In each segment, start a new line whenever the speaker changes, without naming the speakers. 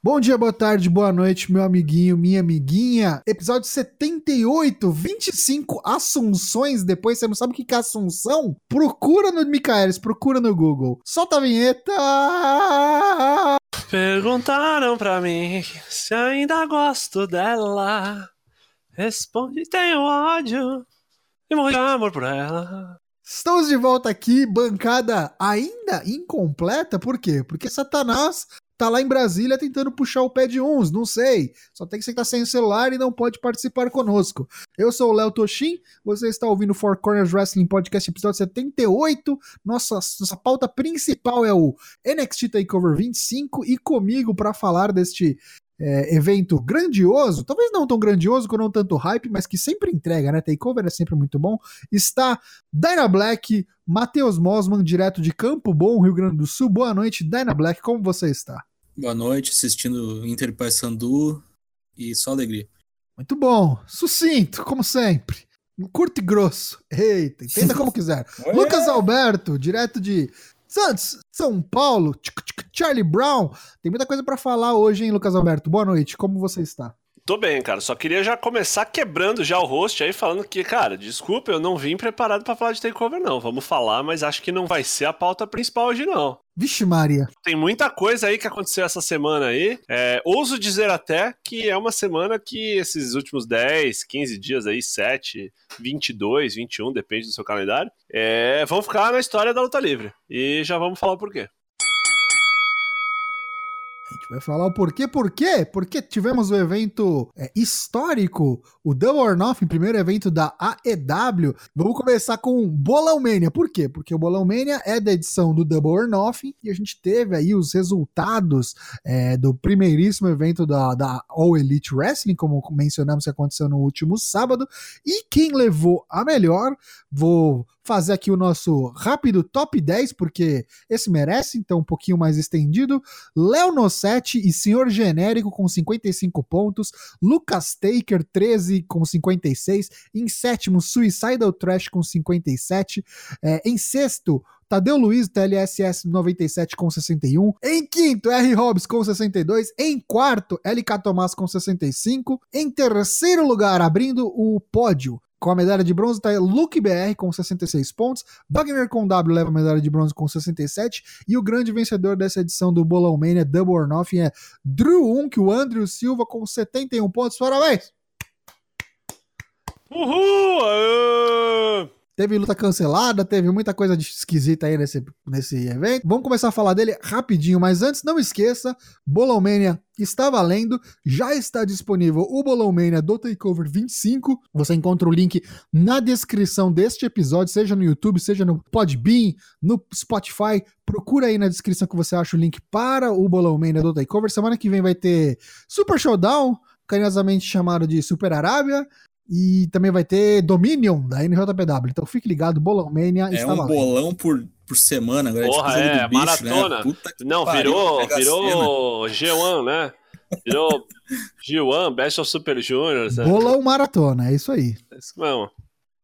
Bom dia, boa tarde, boa noite, meu amiguinho, minha amiguinha. Episódio 78, 25 Assunções. Depois você não sabe o que que é Assunção? Procura no Micaelis, procura no Google. Solta a vinheta!
Perguntaram pra mim se ainda gosto dela. Respondi, tenho ódio e morri de amor por ela.
Estamos de volta aqui, bancada ainda incompleta. Por quê? Porque Satanás tá lá em Brasília tentando puxar o pé de uns, não sei. Só tem que você tá sem celular e não pode participar conosco. Eu sou o Léo Toshin, você está ouvindo o Four Corners Wrestling Podcast, episódio 78. Nossa, nossa pauta principal é o NXT TakeOver 25 e comigo para falar deste é, evento grandioso, talvez não tão grandioso, com não tanto hype, mas que sempre entrega, né? Takeover é sempre muito bom. Está Dyna Black, Matheus Mosman, direto de Campo Bom, Rio Grande do Sul. Boa noite, Dyna Black, como você está?
Boa noite, assistindo Inter Paysandu e só alegria.
Muito bom, sucinto, como sempre. Curto e grosso. Eita, entenda como quiser. Lucas Alberto, direto de Santos, São Paulo, tchic, tchic, Charlie Brown. Tem muita coisa pra falar hoje, hein, Lucas Alberto? Boa noite, como você está?
Tô bem, cara. Só queria já começar quebrando já o host aí, falando que, cara, desculpa, eu não vim preparado pra falar de takeover, não. Vamos falar, mas acho que não vai ser a pauta principal hoje, não.
Vixe, Maria.
Tem muita coisa aí que aconteceu essa semana aí. É, ouso dizer até que é uma semana que esses últimos 10, 15 dias aí, 7, 22, 21, depende do seu calendário, é, vão ficar na história da luta livre. E já vamos falar por quê.
A gente vai falar o porquê, por quê? Porque tivemos o evento é, histórico, o Double or Nothing, primeiro evento da AEW. Vamos começar com o Bolão Mania. Por quê? Porque o Bolão Mania é da edição do Double or Nothing e a gente teve aí os resultados é, do primeiríssimo evento da, da All Elite Wrestling, como mencionamos que aconteceu no último sábado. E quem levou a melhor, vou fazer aqui o nosso rápido top 10, porque esse merece, então um pouquinho mais estendido. Léo Nossetti e Senhor Genérico com 55 pontos, Lucas Taker 13 com 56, em sétimo Suicidal Trash com 57, é, em sexto Tadeu Luiz, TLSS 97 com 61. Em quinto, R. Hobbs com 62. Em quarto, LK Tomás com 65. Em terceiro lugar, abrindo o pódio. Com a medalha de bronze está Luke BR com 66 pontos, Wagner com W leva a medalha de bronze com 67 e o grande vencedor dessa edição do Bolão Mania Double or Nothing é Drew Unk, o Andrew Silva com 71 pontos. Parabéns!
Uhul! Aê!
Teve luta cancelada, teve muita coisa de esquisita aí nesse, nesse evento. Vamos começar a falar dele rapidinho, mas antes não esqueça, Bolão Mania está valendo, já está disponível o Bolão Mania do Takeover 25. Você encontra o link na descrição deste episódio, seja no YouTube, seja no Podbean, no Spotify. Procura aí na descrição que você acha o link para o Bolão Mania do Takeover. Semana que vem vai ter Super Showdown, carinhosamente chamado de Super Arábia. E também vai ter Dominion da NJPW. Então fique ligado, Bolão Mania
É
está
um
valendo.
bolão por, por semana agora.
Porra,
tipo jogo
é,
do bicho,
maratona.
Né? Puta que
Não,
pariu,
virou,
Mega
virou G1, né? Virou G1, Best of Super Juniors. né?
Bolão maratona, é isso aí.
É Isso mesmo.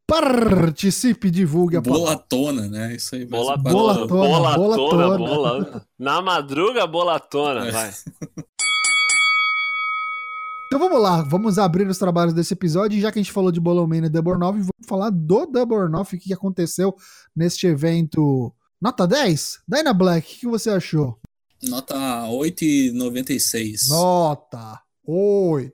Participe, divulgue
Sena.
a palavra.
Bolatona, né? Isso aí.
Bolatona,
Bolatona,
bolatona,
bolatona.
bolatona. Na madruga, bolatona,
É.
vai.
Então vamos lá, vamos abrir os trabalhos desse episódio. E já que a gente falou de Bolão Mania e Double or Nothing, vamos falar do Double or Nothing, o que aconteceu neste evento. Nota 10? Dyna Black, o que você achou?
Nota 8,96.
Nota 8.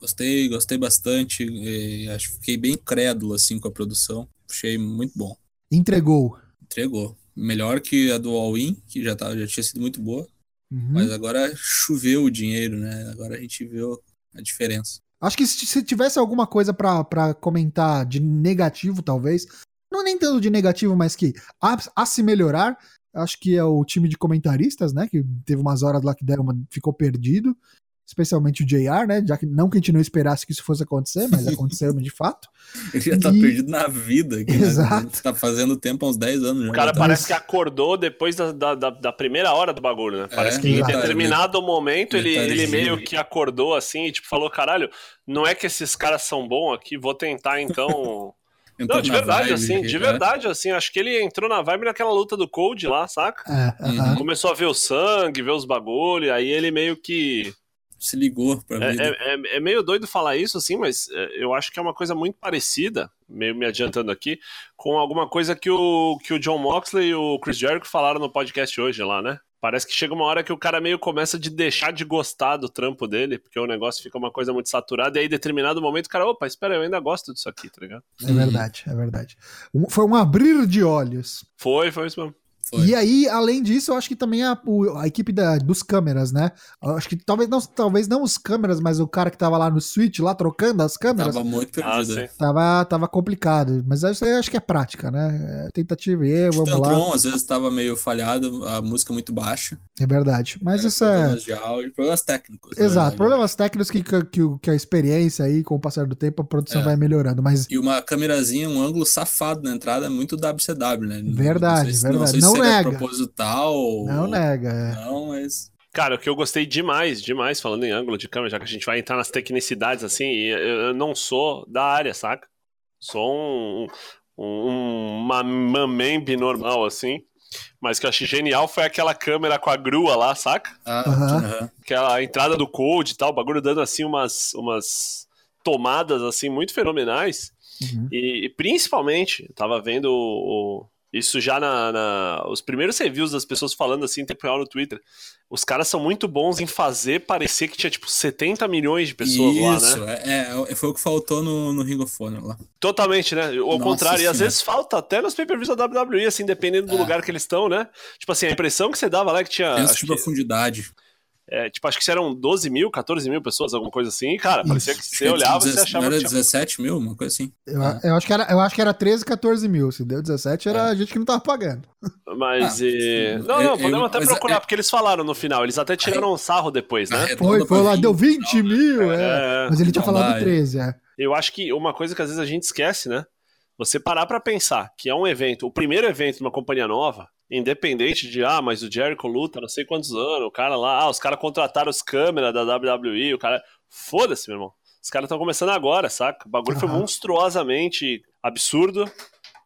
Gostei, gostei bastante. eh, acho que fiquei bem crédulo assim com a produção. Achei muito bom.
Entregou.
Entregou. Melhor que a do All-In, que já, tava, já tinha sido muito boa.
Uhum.
Mas agora choveu o dinheiro, né? Agora a gente viu a diferença.
Acho que se se tivesse alguma coisa pra pra comentar de negativo, talvez, não nem tanto de negativo, mas que a, a se melhorar, acho que é o time de comentaristas, né? Que teve umas horas lá que deram uma, ficou perdido, especialmente o JR, né? Já que não que a gente não esperasse que isso fosse acontecer, mas aconteceu de fato.
Ele já tá
E-
perdido na vida. que, né,
Exato.
Tá fazendo tempo há uns 10 anos já.
O cara
tá-
parece que acordou depois da, da, da- da primeira hora do bagulho, né? Parece que em
exato.
determinado momento ele,
É, né? Metade
ele
de-
meio que acordou assim e tipo, falou, caralho, não é que esses caras são bons aqui, vou tentar então...
entrou
não, de
na
verdade,
vibe,
assim, de
né?
verdade, assim, acho que ele entrou na vibe naquela luta do Cold lá, saca?
É, aham.
Começou a ver o sangue, ver os bagulho, aí ele meio que
se ligou pra
É,
vida.
é- é- é meio doido falar isso, assim, mas é, eu acho que é uma coisa muito parecida, meio me adiantando aqui, com alguma coisa que o, que o John Moxley e o Chris Jericho falaram no podcast hoje lá, né? Parece que chega uma hora que o cara meio começa de deixar de gostar do trampo dele, porque o negócio fica uma coisa muito saturada, e aí em determinado momento o cara, opa, espera, eu ainda gosto disso aqui, tá ligado?
É verdade, é verdade. Um- foi um abrir de olhos.
Foi, foi isso mesmo.
Foi.
E é, aí, além disso, eu acho que também a, o- a equipe da- dos câmeras, né? Eu acho que talvez não, talvez não os câmeras, mas o cara que tava lá no switch, lá trocando as câmeras,
Tava muito
Ah,
perdido. né?
sim.
tava, tava complicado. Mas isso aí eu acho que é prática, né? É tentativa e erro,
O
vamos lá.
Tantron, às vezes tava meio falhado, a música muito baixa.
É verdade. Mas
Era
isso é.
problemas de áudio, problemas técnicos. né? na
Exato,
verdade.
problemas técnicos que, que, que o- que a experiência aí, com o passar do tempo, a produção
É.
vai melhorando. Mas
E uma câmerazinha, um ângulo safado na entrada, é muito WCW, né? Não-
Verdade,
não sei se, Não,
verdade.
sei
Não
se era
nega.
proposital ou...
não nega. é.
Não, mas...
Cara, o que eu gostei demais, demais, falando em ângulo de câmera, já que a gente vai entrar nas tecnicidades, assim, e eu, eu não sou da área, saca? Sou um, um, um uma mamembe normal, assim. Mas o que eu achei genial foi aquela câmera com a grua lá, saca?
Ah,
Aham.
aham.
Aquela entrada do cold e tal, o bagulho dando, assim, umas, umas tomadas, assim, muito fenomenais.
Uhum.
E, e principalmente, eu tava vendo o- o- isso já na, na- Os primeiros reviews das pessoas falando assim em tempo real no Twitter. Os caras são muito bons em fazer parecer que tinha, tipo, 70 milhões de pessoas lá,
Isso,
né?
é, é, foi o que faltou no, no Ring of Honor lá.
Totalmente, né? Ao
Nossa
contrário, e às
Senhora.
vezes falta até nos pay-per-views da WWE, assim, dependendo do
É.
lugar que eles estão, né? Tipo assim, a impressão que você dava lá que tinha.
Pensa
Ah, acho
de
que-
profundidade.
é, tipo, acho que eram 12 mil, 14 mil pessoas, alguma coisa assim. E, cara, parecia que
Acho
você
que
olhava e
deze-
você achava
não
que
era
tinha
17 mil, uma coisa assim.
Eu,
Ah.
eu acho que era, eu acho que era 13, 14 mil. Se deu 17, era
É.
a gente que não tava pagando.
Mas.
Ah,
eh,
sim.
Não,
Eu-
não,
eu-
podemos até
mas
procurar,
é-
porque eles falaram no final. Eles até tiraram um sarro depois, né?
Arredonda
Foi, foi
pra
lá,
20.
deu 20 mil, é.
É,
Mas ele tinha
né? Não
falado
dá, é.
13, é.
eu acho que uma coisa que às vezes a gente esquece, né? Você parar pra pensar que é um evento, o primeiro evento de uma companhia nova, independente de, ah, mas o Jericho luta não sei quantos anos, o cara lá, ah, os caras contrataram os câmeras da WWE, o cara. Foda-se, meu irmão. Os caras estão começando agora, saca? O bagulho foi
Aham.
monstruosamente absurdo.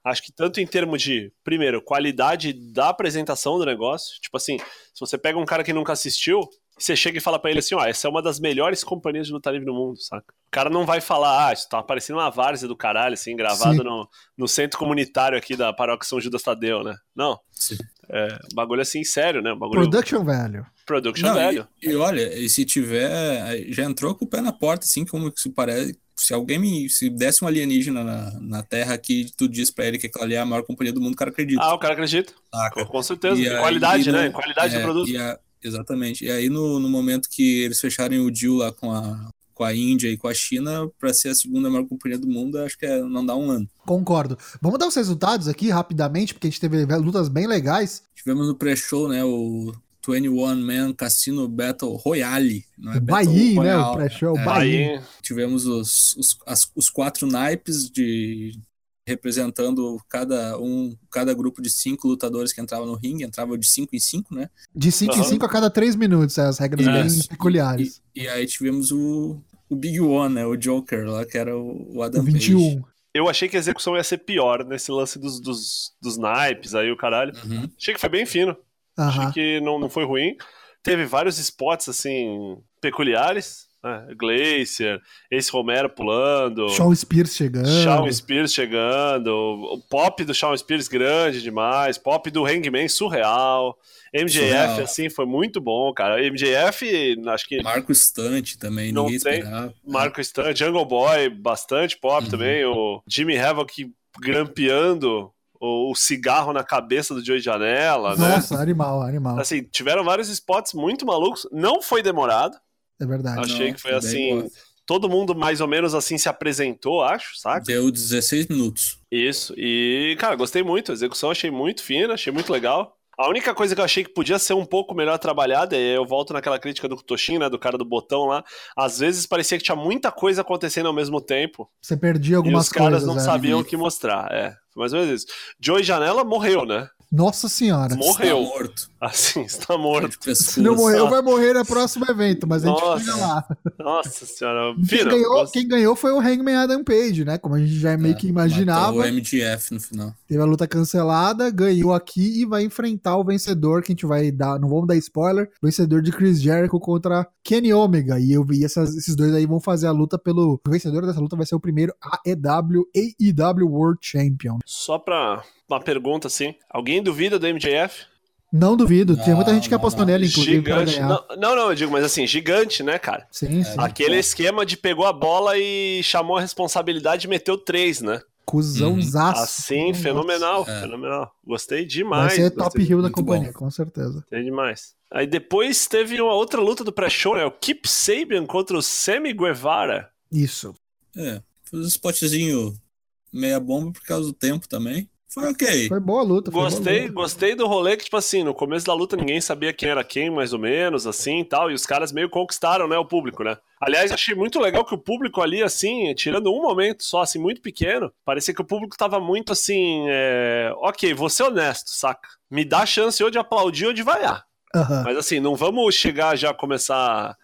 Acho que tanto em termos de, primeiro, qualidade da apresentação do negócio. Tipo assim, se você pega um cara que nunca assistiu, você chega e fala pra ele assim, ó, essa é uma das melhores companhias de luta livre no mundo, saca? O cara não vai falar, ah, isso tá parecendo uma várzea do caralho, assim,
Sim.
gravado no, no centro comunitário aqui da paróquia São Judas Tadeu, né? Não.
Sim.
É, um bagulho assim, sério, né? Um bagulho
Production value.
production
Não,
velho.
E, e olha, e se tiver, já entrou com o pé na porta, assim, como que se parece. Se alguém me se desse um alienígena na, na Terra aqui, tu diz pra ele que aquela ali é a maior companhia do mundo, o cara acredita.
Ah, o cara acredita.
saca?
Com, com certeza.
É. E
Em
aí,
qualidade, né?
né?
Em qualidade
É,
do produto.
e a- exatamente. E aí, no, no momento que eles fecharem o deal lá com a, com a Índia e com a China, pra ser a segunda maior companhia do mundo, acho que é- não dá um ano.
Concordo. Vamos dar os resultados aqui rapidamente, porque a gente teve lutas bem legais.
Tivemos no pré-show, né, o 21 Man Casino Battle Royale. Não é
O
Battle
Bahia, né? O
Royale,
pré-show,
É.
Bahia.
Aí,
tivemos os, os, as- os quatro naipes de representando cada um cada grupo de cinco lutadores que entrava no ringue entrava de cinco em cinco né
De 5 em
Aham.
5 a cada 3 minutos, é, as regras bem
Isso.
peculiares.
e aí tivemos o, o Big One né o Joker lá que era o, o Adam
O 21.
eu achei que a execução ia ser pior nesse lance dos, dos, dos naipes aí, o caralho.
Page. Uhum.
Achei que foi bem fino.
Aham.
Achei que não, não foi ruim. Teve vários spots, assim, peculiares. Né? Glacier, Ace Romero pulando,
Shawn Spears chegando.
Shawn Spears chegando, o pop do Shawn Spears grande demais, pop do Hangman surreal. MJF,
Surreal.
assim, foi muito bom, cara. MJF, acho que
Marco Stunt também
Não
ninguém
tem.
esperava
Marco Stan, Jungle Boy, bastante pop
Uhum.
também. O Jimmy Havoc grampeando o, o cigarro na cabeça do Joey Janela, né?
Nossa, animal, animal.
Assim, tiveram vários spots muito malucos. Não foi demorado.
É verdade.
Acho- achei que foi
bem
assim,
boa.
Todo mundo mais ou menos assim se apresentou, acho, saca?
deu 16 minutos
Isso. E, cara, gostei muito. A execução achei muito fina, achei muito legal. A única coisa que eu achei que podia ser um pouco melhor trabalhada, e eu volto naquela crítica do Toshin, né, do cara do botão lá, às vezes parecia que tinha muita coisa acontecendo ao mesmo tempo,
Você perdia algumas
e os caras
coisas.
não
é.
sabiam o que mostrar, é. Foi Mais ou menos isso. Joey Janela morreu, né?
Nossa senhora.
Morre. Morreu.
Está tá morto.
Assim, está morto.
Se não
Pescoço.
morreu, vai morrer no próximo evento, mas a gente
Nossa.
chega lá.
Nossa senhora.
Quem
Pina,
ganhou,
gosto-
quem ganhou foi o Hangman Adam Page, né? Como a gente já meio que
É, Matou
imaginava.
O MGF no final.
Teve a luta cancelada, ganhou aqui e vai enfrentar o vencedor, que a gente vai dar, não vamos dar spoiler, vencedor de Chris Jericho contra Kenny Omega. E eu vi essas- esses dois aí vão fazer a luta pelo. O vencedor dessa luta vai ser o primeiro AEW AEW World Champion.
Só pra uma pergunta assim: alguém duvida do MJF?
Não duvido, tinha muita
Não,
gente que
não,
apostou
não.
nele, inclusive, pra
Ah, Gigante.
ganhar. Então.
Não, não, não, eu digo, mas assim, gigante, né, cara?
Sim, sim.
Ah,
Aquele esquema de pegou a bola e chamou a responsabilidade e meteu três, né?
Cusão
Uhum.
zaço.
Assim,
Ah, Nossa.
fenomenal,
É.
fenomenal. Gostei
Vai
demais.
ser top
gostei,
heel da
Muito
companhia,
bom.
com certeza.
gostei demais. Aí depois teve uma outra luta do pré-show, né? O Keep Sabian contra o Sammy Guevara.
Isso.
É, foi um spotzinho meia bomba por causa do tempo também. Foi ok.
Foi boa a luta. foi boa a
Gostei,
luta.
gostei do rolê que, tipo assim, no começo da luta ninguém sabia quem era quem, mais ou menos, assim e tal. E os caras meio conquistaram, né, o público, né? Aliás, achei muito legal que o público ali, assim, tirando um momento só, assim, muito pequeno, parecia que o público tava muito assim, é... ok, vou ser honesto, saca? Me dá a chance ou de aplaudir ou de vaiar.
Aham.
Mas assim, não vamos chegar já a começar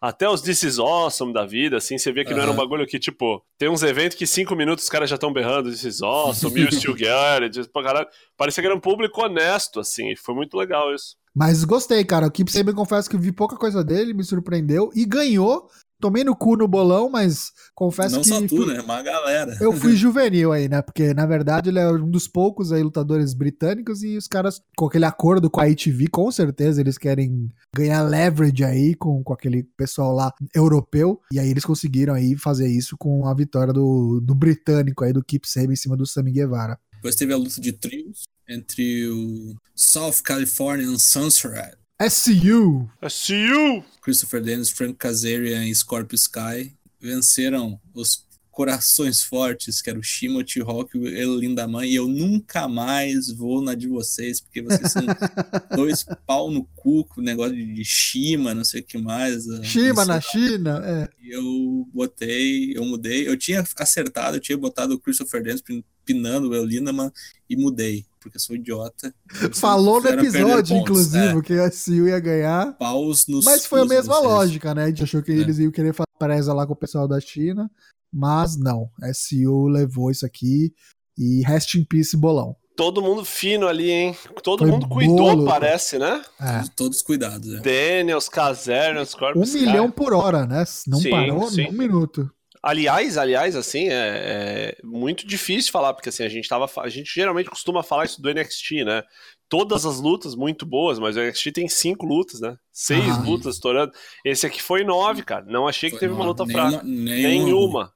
até os This is Awesome da vida, assim, você vê que não era um
Aham.
bagulho que, tipo, tem uns eventos que cinco minutos os caras já estão berrando This is Awesome, You Still Get It, isso pra caralho. Parecia que era um público honesto, assim, e foi muito legal isso.
Mas gostei, cara. O Keep sempre confesso que vi pouca coisa dele, me surpreendeu e ganhou. Tomei no cu no bolão, mas confesso
Não
que.
só tu,
fui-
né? Uma galera.
Eu fui juvenil aí, né? Porque, na verdade, ele é um dos poucos aí lutadores britânicos e os caras, com aquele acordo com a ITV, com certeza eles querem ganhar leverage aí com, com aquele pessoal lá europeu. E aí eles conseguiram aí fazer isso com a vitória do, do britânico aí, do Keep Sabe em cima do Sammy Guevara.
Depois teve a luta de trios entre o South California Sunset,
SU!
É SU!
Christopher Dennis, Frank Kazarian e Scorpio Sky. Venceram os corações fortes, que era o Shimoti Rock e o El Lindaman. E eu nunca mais vou na de vocês, porque vocês são dois pau no cu, com o negócio de Shima, não sei o que mais. a-
Shima
É, isso
na China! É.
e eu botei, eu mudei. Eu tinha acertado, eu tinha botado o Christopher Dance pin- pinando o El Lindemann e mudei, porque eu sou idiota. Eu sou-
Falou no
era um perder
episódio,
pontos,
inclusive,
é.
que a SU ia ganhar.
paus nos
Mas foi a
cus de
mesma
vocês. É.
lógica, né? A gente achou que eles iam querer fazer presa lá com o pessoal da China, mas não. SEO levou isso aqui e rest in peace bolão.
Todo mundo fino ali, hein? Todo
Foi
mundo cuidou,
bolo.
parece, né?
É.
Todos cuidados, né?
Daniels, Casernas,
Um
Corpus.
milhão por hora, né? Não
Sim,
parou
sim.
nem um minuto.
Aliás, aliás, assim, é, é muito difícil falar, porque assim, a gente tava. fa- A gente geralmente costuma falar isso do NXT, né? Todas as lutas muito boas, mas o NXT tem cinco lutas, né? Seis
Ah.
lutas estourando. Esse aqui foi nove, cara. Não achei que
Foi
teve uma
nove. um.
luta
nenhuma,
fraca.
Nenhuma.
Nenhuma,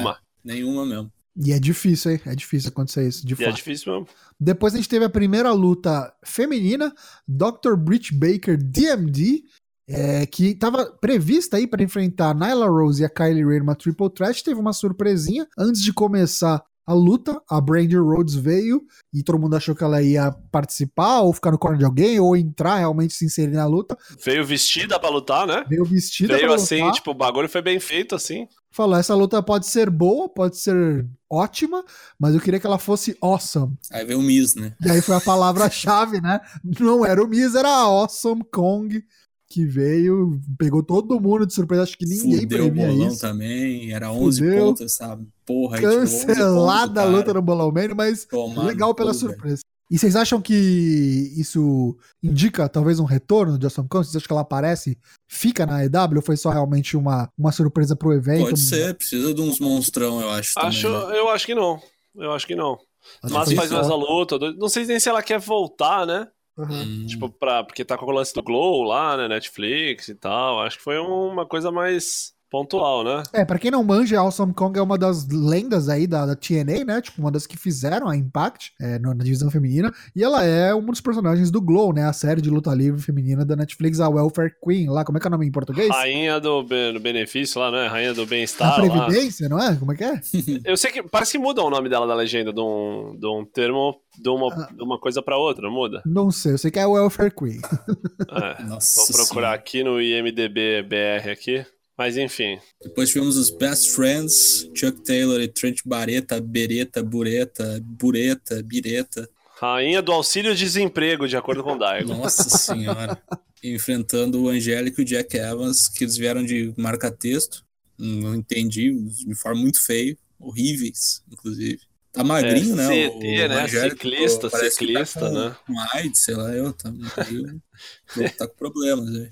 nenhuma.
Nenhuma mesmo.
E é difícil, hein? É difícil acontecer isso, de
E é
fato.
difícil mesmo.
Depois a gente teve a primeira luta feminina, Dr. Britt Baker DMD, é, que estava prevista aí para enfrentar a Nyla Rose e a Kylie Ray numa Triple Threat, teve uma surpresinha antes de começar a luta, a Brandy Rhodes veio e todo mundo achou que ela ia participar ou ficar no corner de alguém ou entrar realmente se inserir na luta.
Veio vestida pra lutar, né?
Veio vestida
Veio
pra
assim,
lutar,
tipo, o bagulho foi bem feito, assim.
falou essa luta pode ser boa, pode ser ótima, mas eu queria que ela fosse awesome.
Aí veio o Miz, né?
E aí foi a palavra-chave, né? Não era o Miz, era a Awesome Kong que veio, pegou todo mundo de surpresa, acho que ninguém
Fudeu o
previa
bolão
isso.
também. Era 11
Fudeu.
pontos essa porra. aí tirou 11 pontos do
Cancelada a
cara.
luta no Bolão Man, mas
Tomar
legal
no
pela
cu, velho.
surpresa. E vocês acham que isso indica talvez um retorno de Awesome Kong? Vocês acham que ela aparece, fica na EW ou foi só realmente uma, uma surpresa pro evento?
Pode ser, precisa de uns monstrão, eu acho. também,
Acho,
né?
eu acho que não. Eu acho que não.
Acho que
Mas
foi
faz
só.
mais a luta. Não sei nem se ela quer voltar, né?
Uhum.
Hum.
Tipo, pra, porque tá com o lance do Glow lá, né? Netflix e tal. Acho que foi um, uma coisa mais pontual, né?
É, pra quem não manja, a Awesome Kong é uma das lendas aí da, da TNA, né? Tipo, uma das que fizeram a Impact é, no- na divisão feminina. E ela é um dos personagens do Glow, né? A série de luta livre feminina da Netflix, a Welfare Queen, lá. Como é que é o nome em português?
Rainha do, be- do benefício lá, né? Rainha do
da
Ah,
bem-estar lá.
Previdência, não é? Como é que é?
Eu sei que parece que muda o nome dela da legenda, de um, de um termo, de
Ah.
uma, de uma coisa pra outra, não muda?
Não sei, eu sei que é a Welfare Queen.
É.
Hum, Nossa
Vou procurar
Senhora.
aqui no IMDB BR aqui. Mas enfim,
Depois tivemos os Best Friends, Chuck Taylor e Trent Bareta, Bereta, Bureta, Bureta, Bireta.
Rainha do auxílio-desemprego, de acordo com o Daigo.
Nossa senhora. Enfrentando o Angélico e o Jack Evans, que eles vieram de marca-texto. Não entendi, um uniforme muito feio, horríveis, inclusive. Tá magrinho, né?
CT, É, né?
Angélico,
Ciclista,
parece que tá
ciclista,
com-
né?
Com AIDS, sei lá, eu tá, eu, eu tá com problemas, né?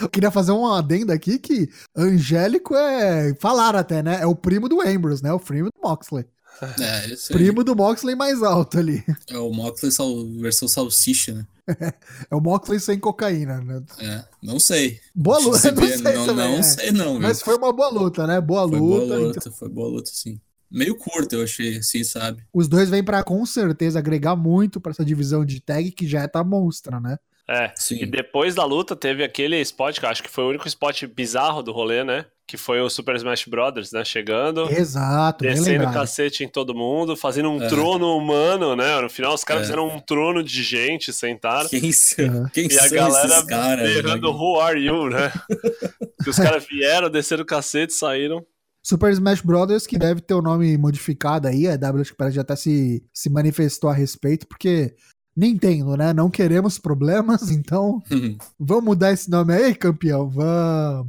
Eu queria fazer um adendo aqui que Angélico é. Falaram até, né? É o primo do Ambrose, né? O primo do Moxley.
É, esse aí
Primo do Moxley mais alto ali.
é o Moxley sal, versão salsicha, né?
É o Moxley sem cocaína, né?
É, não sei.
Boa luta,
Deixa
não
eu
sei
ver, não,
também.
não
é.
sei não, viu?
Mas foi uma boa luta, né? Boa
Foi
luta.
boa luta, foi boa luta, sim. Meio curta, eu achei, assim, sabe?
Os dois vêm pra com certeza agregar muito pra essa divisão de tag que já tá monstra, né?
É.
Sim.
E depois da luta teve aquele spot, que eu acho que foi o único spot bizarro do rolê, né? Que foi o Super Smash Brothers, né? Chegando,
Exato, bem
descendo o
lembrado.
cacete em todo mundo, fazendo um
É.
trono humano, né? No final, os caras
É.
fizeram um trono de gente sentada.
Quem, são,
Uhum.
quem
E a
são esses
galera
caras?
berrando
né?
Who Are You, né? que os caras vieram, desceram o cacete, saíram.
Super Smash Brothers, que deve ter o nome modificado aí, a W acho que parece que já até se, se manifestou a respeito, porque Nintendo, né? Não queremos problemas, então
Hum.
vamos mudar esse nome aí, campeão? Vamos.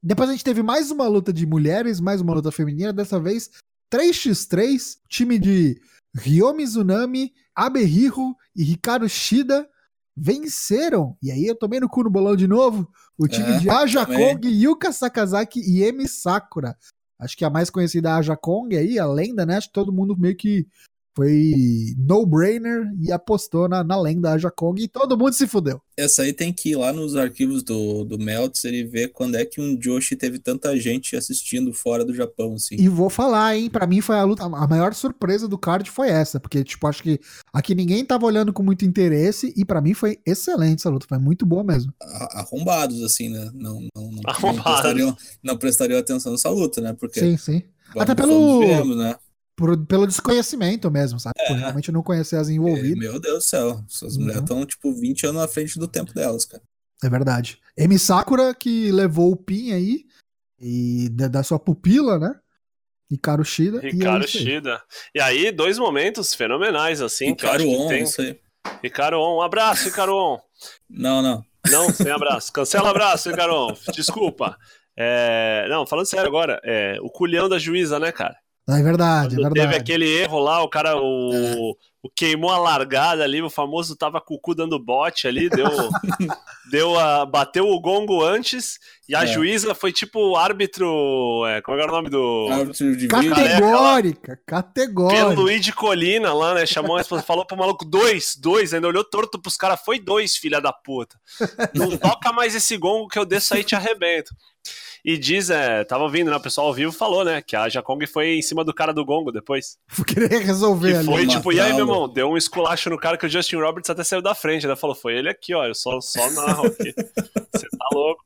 Depois a gente teve mais uma luta de mulheres, mais uma luta feminina, dessa vez 3x3, time de Ryomi Tsunami, Abehiro e Ricardo Shida venceram. E aí eu tomei no cu no bolão de novo. O time
É,
de Aja
também.
Kong, Yuka Sakazaki e Emi Sakura. Acho que a mais conhecida é a Aja Kong aí, a lenda, né? Acho que todo mundo meio que foi no-brainer e apostou na, na lenda Aja Kong e todo mundo se fudeu.
Essa aí tem que ir lá nos arquivos do, do Meltzer e ver quando é que um Joshi teve tanta gente assistindo fora do Japão, assim.
E vou falar, hein? Pra mim foi a luta. A maior surpresa do card foi essa. Porque, tipo, acho que aqui ninguém tava olhando com muito interesse. E pra mim foi excelente essa luta. Foi muito boa mesmo.
A- Arrombados, assim, né? Não, não, não, não,
Arrombados.
prestariam, não prestariam atenção nessa luta, né? Porque
Sim, sim.
vamos-
Até pelo-
vamos vermos, né?
Por- pelo desconhecimento mesmo, sabe? Por realmente não conhecer as envolvidas.
Meu Deus do céu, essas
Uhum.
mulheres estão, tipo, 20 anos na frente do tempo delas, cara.
É verdade. M. Sakura que levou o pin aí. E da, da sua pupila, né? Ricardo Shida. e é
Ricardo
isso aí.
Shida. E aí, dois momentos fenomenais, assim, que eu acho
Ricardo
que
On,
tem.
isso aí.
Ricardo On, um abraço, Ricardo On.
Não, não.
Não, sem abraço. Cancela abraço, hein, Caron. Desculpa. É, não, falando sério agora, é, o culhão da juíza, né, cara?
É verdade, é
Quando Teve
verdade.
aquele erro lá, o cara o, o queimou a largada ali, o famoso tava com o cu dando bote ali, deu, deu a, bateu o gongo antes e a
É.
juíza foi tipo o árbitro. É, como é que era o nome do.
Árbitro de vídeo.
Categórica,
né? Pelo
categórica.
Luiz de Colina lá, né? Chamou a esposa, falou pro maluco, dois, dois, ainda olhou torto pros caras, foi dois, filha da puta. Não toca mais esse gongo que eu desço aí e te arrebento. E diz, é, tava ouvindo, né? O pessoal ao vivo falou, né? Que a Jacong foi em cima do cara do gongo depois.
Querer resolver
E
ali.
foi, tipo, e aí, meu
matá-lo.
irmão? Deu um esculacho no cara que o Justin Roberts até saiu da frente, né? Falou, foi ele aqui, ó, eu só, só narro aqui. Você tá louco.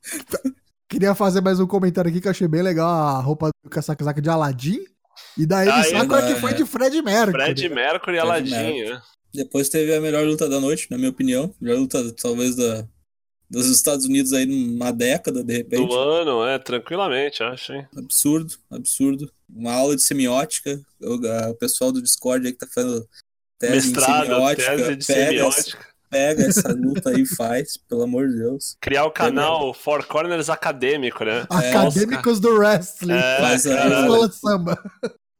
Queria fazer mais um comentário aqui que eu achei bem legal a roupa do casaca de Aladdin. E daí
Ah,
ele
é,
sabe
né?
que foi de Fred Mercury.
Fred Mercury e Aladdin,
Mercury.
né?
Depois teve a melhor luta da noite, na minha opinião. Melhor luta, talvez, da, dos Estados Unidos aí numa década, de repente.
Do ano, é, tranquilamente, acho, hein?
Absurdo, absurdo. Uma aula de semiótica. O, a- o pessoal do Discord aí que tá fazendo tese em
Mestrado,
semiótica.
tese de
pega,
semiótica.
pega essa luta aí e faz, pelo amor de Deus.
criar o canal Four Corners Acadêmico, né?
Acadêmicos do Wrestling.
É,
Faz a-
cara,
Escola de samba.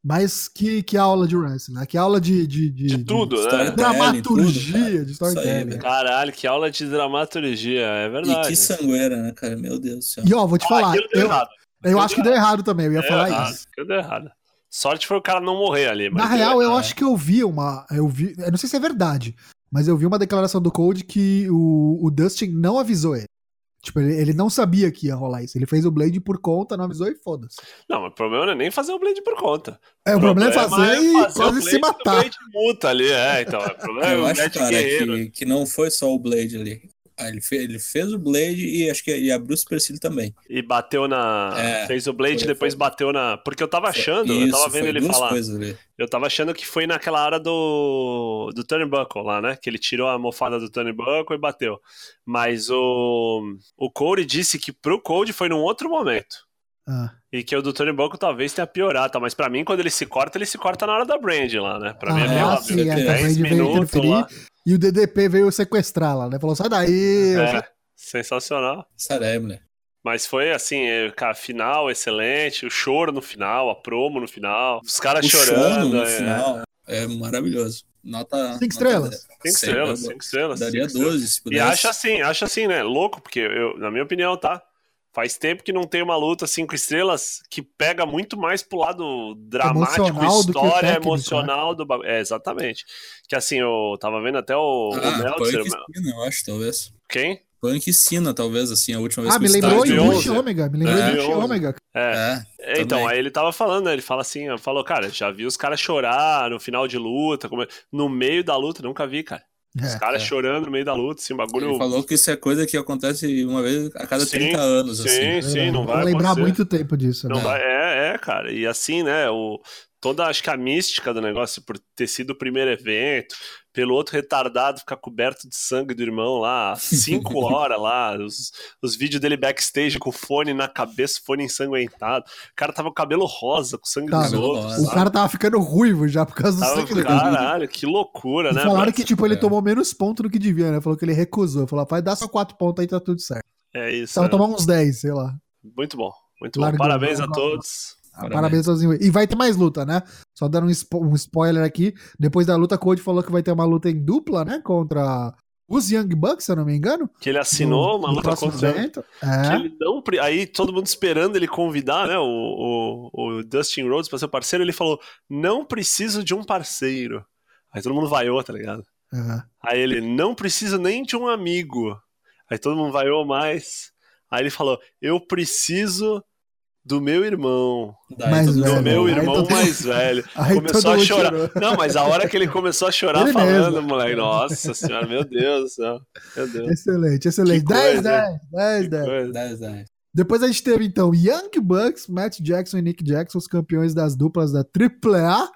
Mas que, que aula de wrestling, né? Que aula de. De, de-
de
de
tudo, né?
História da- Tudo,
Dramaturgia,
cara.
de
Isso aí,
storytelling.
velho.
Caralho, que aula de dramaturgia, é
E que
verdade. Ah,
sangueira, né, cara? Meu Deus do céu.
E ó, vou te falar.
Aquilo deu
Eu,
errado. É, tá.
eu acho que deu errado também, eu ia
Deu
falar
errado,
isso.
aquilo deu errado. Sorte foi o cara não morrer ali, mas.
Na real, eu
é.
acho que eu vi uma. Eu vi. Eu não sei se é verdade, mas eu vi uma declaração do Cold que o, o Dustin não avisou ele. Tipo, ele, ele não sabia que ia rolar isso. Ele fez o Blade por conta, não avisou e foda-se.
Não, mas o problema não é nem fazer o blade por conta.
É, o problema é fazer
é
e
fazer o
quase se
Blade do
matar.
Blade multa ali, é, então. O problema é
Eu
o
acho,
Blade
cara,
guerreiro.
que, que não foi só o Blade ali. Ah, Ele fez, ele fez o Blade e acho que e a Bruce Persil também.
E bateu na.
É,
fez o Blade,
foi-
depois bateu na. Porque eu tava achando, eu
Isso,
tava vendo
foi
ele
duas
falar.
coisas ali.
Eu tava achando que foi naquela área do, do Turnbuckle lá, né? Que ele tirou a mofada do Turnbuckle e bateu. Mas o, o Cody disse que pro Cody foi num outro momento.
Ah.
E que o do Tony Boco talvez tenha piorado, tá? mas pra mim, quando ele se corta, ele se corta na hora da Brand lá, né? Pra mim é
Ah,
meio
sim,
óbvio.
é, que a
10
Brand veio
minutos lá.
E o DDP veio sequestrar lá, né? Falou, sai daí.
É, sensacional.
Saré, mulher.
Mas foi assim, é, cara, final excelente, o choro no final, a promo no final, os caras
O
chorando.
sono no
é.
final é maravilhoso. Nota.
Cinco
nota
estrelas.
dez.
Cinco
Sei,
estrelas,
eu
cinco estrelas.
né, Daria
cinco estrelas.
12 se
E
pudesse.
acha assim, acha assim, né? Louco, porque eu, na minha opinião, tá? Faz tempo que não tem uma luta cinco estrelas que pega muito mais pro lado dramático,
Emocional do que o
história
técnico, né?
emocional do bagulho. É, exatamente. Que assim, eu tava vendo até o, né, o
Ah,
Meltzer.
Punk e Sina, eu acho, talvez.
Quem?
Punk e Sina, talvez, assim, a última vez
Ah,
que
me
eu
lembrou
estádio
de
estive-
Yuri.
Bush
onze.
Ômega. Me lembrou
É.
de Bush Ômega.
É,
É, então,
Também.
aí ele tava falando, né? Ele fala assim, ó, falou, cara, já vi os caras chorar no final de luta, como é- no meio da luta, nunca vi, cara. Os
É.
caras
é.
chorando no meio da luta, assim, bagulho.
ele falou que isso é coisa que acontece uma vez a cada
Sim,
30 anos,
Sim,
assim.
sim, não
Vou
vai
lembrar
acontecer.
muito tempo disso.
Não
né?
vai, é, é, cara. E assim, né? O, toda acho que a mística do negócio, por ter sido o primeiro evento, pelo outro retardado ficar coberto de sangue do irmão lá, cinco horas lá, os, os vídeos dele backstage com o fone na cabeça, fone ensanguentado. O cara tava com o cabelo rosa, com sangue
Tava.
dos outros.
O
sabe?
cara tava ficando ruivo já por causa do
Tava-
sangue dele.
caralho, que loucura,
E
né?
falaram
mano?
que, tipo, ele
É.
tomou menos ponto do que devia, né? Falou que ele recusou. Falou, vai dar só quatro pontos aí, tá tudo certo.
É isso.
Só vai
né?
tomar uns 10, sei lá.
Muito bom, muito bom.
Largou,
Parabéns a
largou.
todos.
Parabéns, sozinho. E vai ter mais luta, né? Só dando um, spo- um spoiler aqui. Depois da luta, Cody falou que vai ter uma luta em dupla, né? Contra os Young Bucks, se eu não me engano.
Que ele assinou
No-
uma
no
luta
próximo
contra
evento.
Que
É.
ele não, pre- aí todo mundo esperando ele convidar, né, o, o, o Dustin Rhodes pra ser parceiro, ele falou, não preciso de um parceiro. Aí todo mundo vaiou, tá ligado?
é.
Aí ele, não preciso nem de um amigo. Aí todo mundo vaiou mais. Aí ele falou, eu preciso do meu irmão,
Mas,
Mas,
do
Velho,
meu
aí
irmão
todo-
mais velho.
Aí
Começou
todo
a
mundo
chorar.
chorou.
Não, mas a hora que ele começou a chorar
Ele
falando,
mesmo.
moleque, nossa senhora, meu Deus do céu. Meu Deus.
Excelente, excelente.
Que
10,
coisa,
10, 10,
Que
10.
coisa.
Tá Depois a gente teve, então, Young Bucks, Matt Jackson e Nick Jackson, os campeões das duplas da AAA,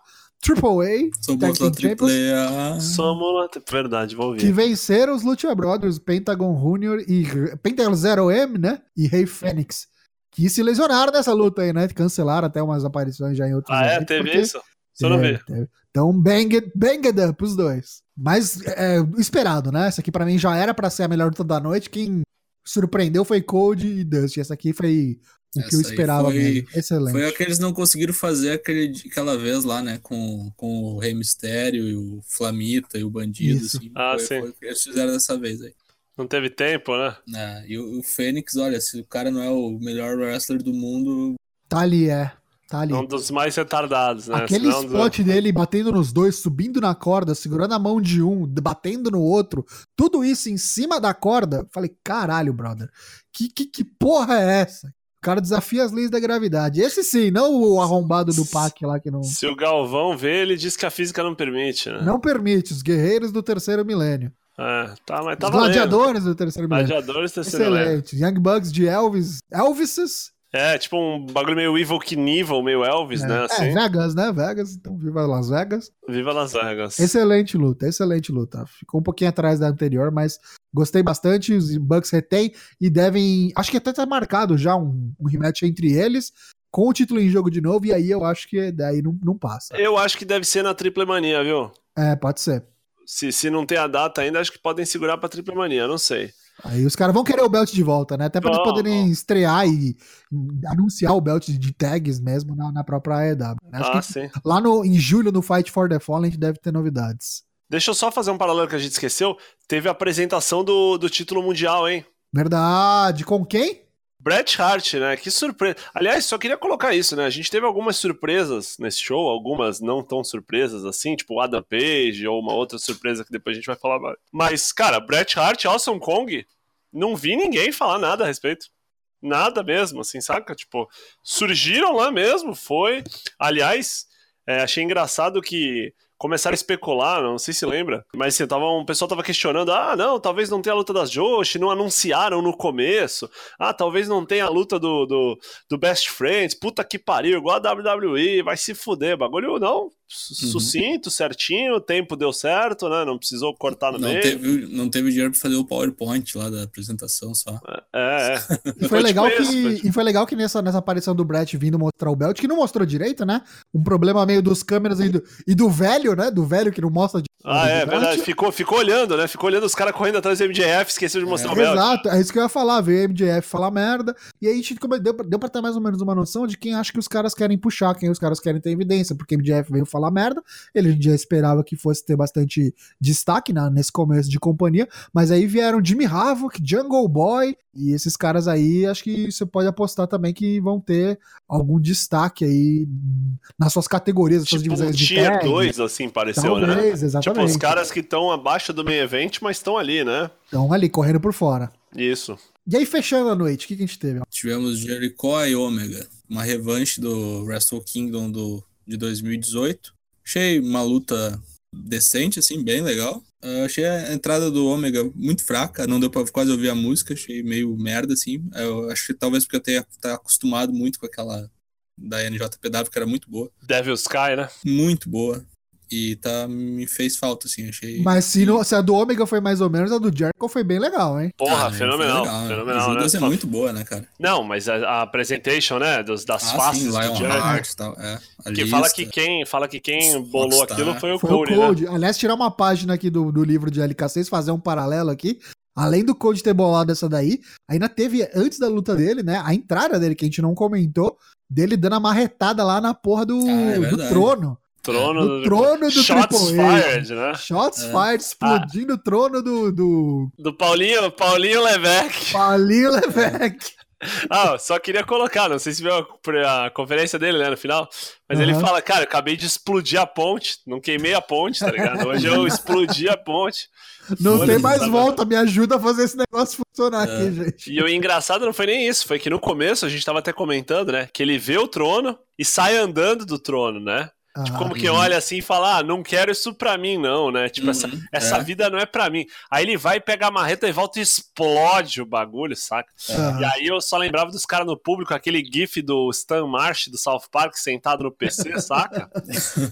AAA,
Somos
Tag Team
a
Champions.
triple A.
Somos, verdade, vou
que
ouvir.
venceram os Lucha Brothers, Pentagon Junior e Pentagon Zero M, né? E Rei Fênix, que se lesionaram nessa luta aí, né? Cancelaram até umas aparições já em outros
Ah, é?
eventos,
Teve
porque-
isso? Só não
É,
vi.
teve. Então, banged, banged up os dois. Mas é esperado, né? Essa aqui pra mim já era pra ser a melhor luta da noite. Quem surpreendeu foi Cold e Dust. Essa aqui foi o que
Essa
eu
aí
esperava
foi-
mesmo. Excelente.
Foi a que eles não conseguiram fazer aquele, aquela vez lá, né? Com, com o Rei Mistério e o Flamita e o Bandido.
Isso.
Assim,
Ah,
foi,
sim.
foi o que eles fizeram dessa vez aí.
Não teve tempo, né?
Né, E o, o Fênix, olha, se o cara não é o melhor wrestler do mundo,
Tá ali, é. Tá ali.
Um dos mais retardados, né?
Aquele
Senão-
spot dele batendo nos dois, subindo na corda, segurando a mão de um, batendo no outro, tudo isso em cima da corda. eu Falei, caralho, brother, que, que, que porra é essa? O cara desafia as leis da gravidade. Esse sim, não o arrombado do PAC lá que não,
Se o Galvão vê, ele diz que a física não permite, né?
não permite. Os guerreiros do terceiro milênio.
É, tá, mas tá
Os
valendo. Tá
gladiadores do terceiro milênio.
Gladiadores terceiro elenco.
Excelente. Young Bucks de Elvis. Elvises.
É, tipo um bagulho meio Evil Knievel, meio Elvis, né?
É,
Assim.
Vegas, né? Vegas. Então, viva Las Vegas.
Viva Las Vegas.
Excelente luta, excelente luta. Ficou um pouquinho atrás da anterior, mas gostei bastante. Os Bucks retém e devem. Acho que até tá marcado já um, um rematch entre eles, com o título em jogo de novo, e aí eu acho que daí não, não passa.
Eu acho que deve ser na Triple Mania, viu?
É, pode ser.
Se, se não tem a data ainda, acho que podem segurar pra Triple Mania, não sei.
Aí os caras vão querer o belt de volta, né? Até pra eles
Vão,
poderem estrear e e anunciar o belt de tags mesmo na, na própria AEW. né? Acho
ah,
que
sim.
lá no, em julho, no Fight for the Fallen, a gente deve ter novidades.
Deixa eu só fazer um paralelo que a gente esqueceu. Teve a apresentação do, do título mundial, hein?
Verdade. Com quem?
Bret Hart, né? Que surpresa. Aliás, só queria colocar isso, né? A gente teve algumas surpresas nesse show, algumas não tão surpresas assim, tipo o Adam Page ou uma outra surpresa que depois a gente vai falar. mais. Mas, cara, Bret Hart, Awesome Kong, não vi ninguém falar nada a respeito. Nada mesmo, assim, saca? Tipo, surgiram lá mesmo, foi. Aliás, é, achei engraçado que começaram a especular, não sei se lembra, mas assim, tava, um pessoal tava questionando, ah, não, talvez não tenha a luta das Joshi, não anunciaram no começo, ah, talvez não tenha a luta do, do, do Best Friends, puta que pariu, igual a WWE, vai se fuder, bagulho não,
Uhum.
su- sucinto, certinho, o tempo deu certo, né? Não precisou cortar no
Não
meio.
teve, não teve dinheiro pra fazer o PowerPoint lá da apresentação só.
É, é.
E foi,
Foi tipo
legal
isso, foi
que,
tipo-
e foi legal que nessa, nessa aparição do Brett vindo mostrar o belt, que não mostrou direito, né? Um problema meio dos câmeras e do, e do velho, né? Do velho que não mostra direito.
Ah, é,
Do belt.
verdade. Ficou, ficou olhando, né? Ficou olhando os caras correndo atrás do MJF, esqueceu de mostrar o belt.
Exato, é isso que eu ia falar, veio o MJF falar merda, e aí a gente come- deu, pra- deu pra ter mais ou menos uma noção de quem acha que os caras querem puxar, quem os caras querem ter evidência, porque o MJF veio falar merda, ele já esperava que fosse ter bastante destaque na, nesse começo de companhia, mas aí vieram Jimmy Havoc, Jungle Boy, e esses caras aí, acho que você pode apostar também que vão ter algum destaque aí nas suas categorias, nas suas
Tipo um
divisões de
tier
tag.
2, assim, pareceu, né?
Talvez,
Tipo,
exatamente.
os caras que estão abaixo do meio evento, mas estão ali, né?
Então, ali, correndo por fora.
Isso.
E aí, fechando a noite, o que, que a gente teve?
Tivemos Jericho e Omega, uma revanche do Wrestle Kingdom do, de 2018. Achei uma luta decente, assim, bem legal. Ah, achei a entrada do Omega muito fraca, não deu pra quase ouvir a música, achei meio merda, assim. Eu acho que talvez porque eu tenha tá acostumado muito com aquela da NJPW, que era muito boa.
Devil's Sky, né?
Muito boa. E tá, me fez falta, assim, achei...
Mas se, não- se a do Ômega foi mais ou menos, a do Jericho foi bem legal, hein?
Porra,
Ah, né,
fenomenal.
foi legal, né?
Fenomenal,
Judas
né?
é muito boa, né, cara?
Não, mas a, a presentation, né? dos- das
Ah, sim,
faces
Lion
do Jared.
Heart e tal. É, a
Que fala
lista. tá?
que quem, fala que quem bolou
Rockstar.
aquilo foi o
Foi o
Cody, né?
Code. Aliás, tirar uma página aqui do, do livro de LK6, fazer um paralelo aqui. Além do Code ter bolado essa daí, ainda teve, antes da luta dele, né? A entrada dele, que a gente não comentou, dele dando a marretada lá na porra do,
Ah, é
do
verdade.
trono.
Trono
Do trono do
Shots
Triple H.
fired, né?
Shots
É.
fired, explodindo o trono do, do
Do Paulinho, Paulinho Levesque.
Palinho Levesque.
Ah, só queria colocar, não sei se viu a, a conferência dele, né, no final. Mas ele
Aham.
fala, cara, eu acabei de explodir a ponte. Não queimei a ponte, tá ligado? Hoje eu explodi a ponte.
Não
Olha,
tem mais
tá-
volta, me ajuda a fazer esse negócio funcionar
É.
aqui, gente.
E o engraçado não foi nem isso, foi que no começo a gente tava até comentando, né? Que ele vê o trono e sai andando do trono, né?
Ah,
Como que olha assim e fala, ah, não quero isso pra mim, não, né? Tipo, essa,
Uhum,
essa
é.
vida não é pra mim. Aí ele vai, pega a marreta e volta e explode o bagulho, saca?
ah.
E aí eu só lembrava dos caras no público, aquele gif do Stan Marsh do South Park sentado no PC, saca?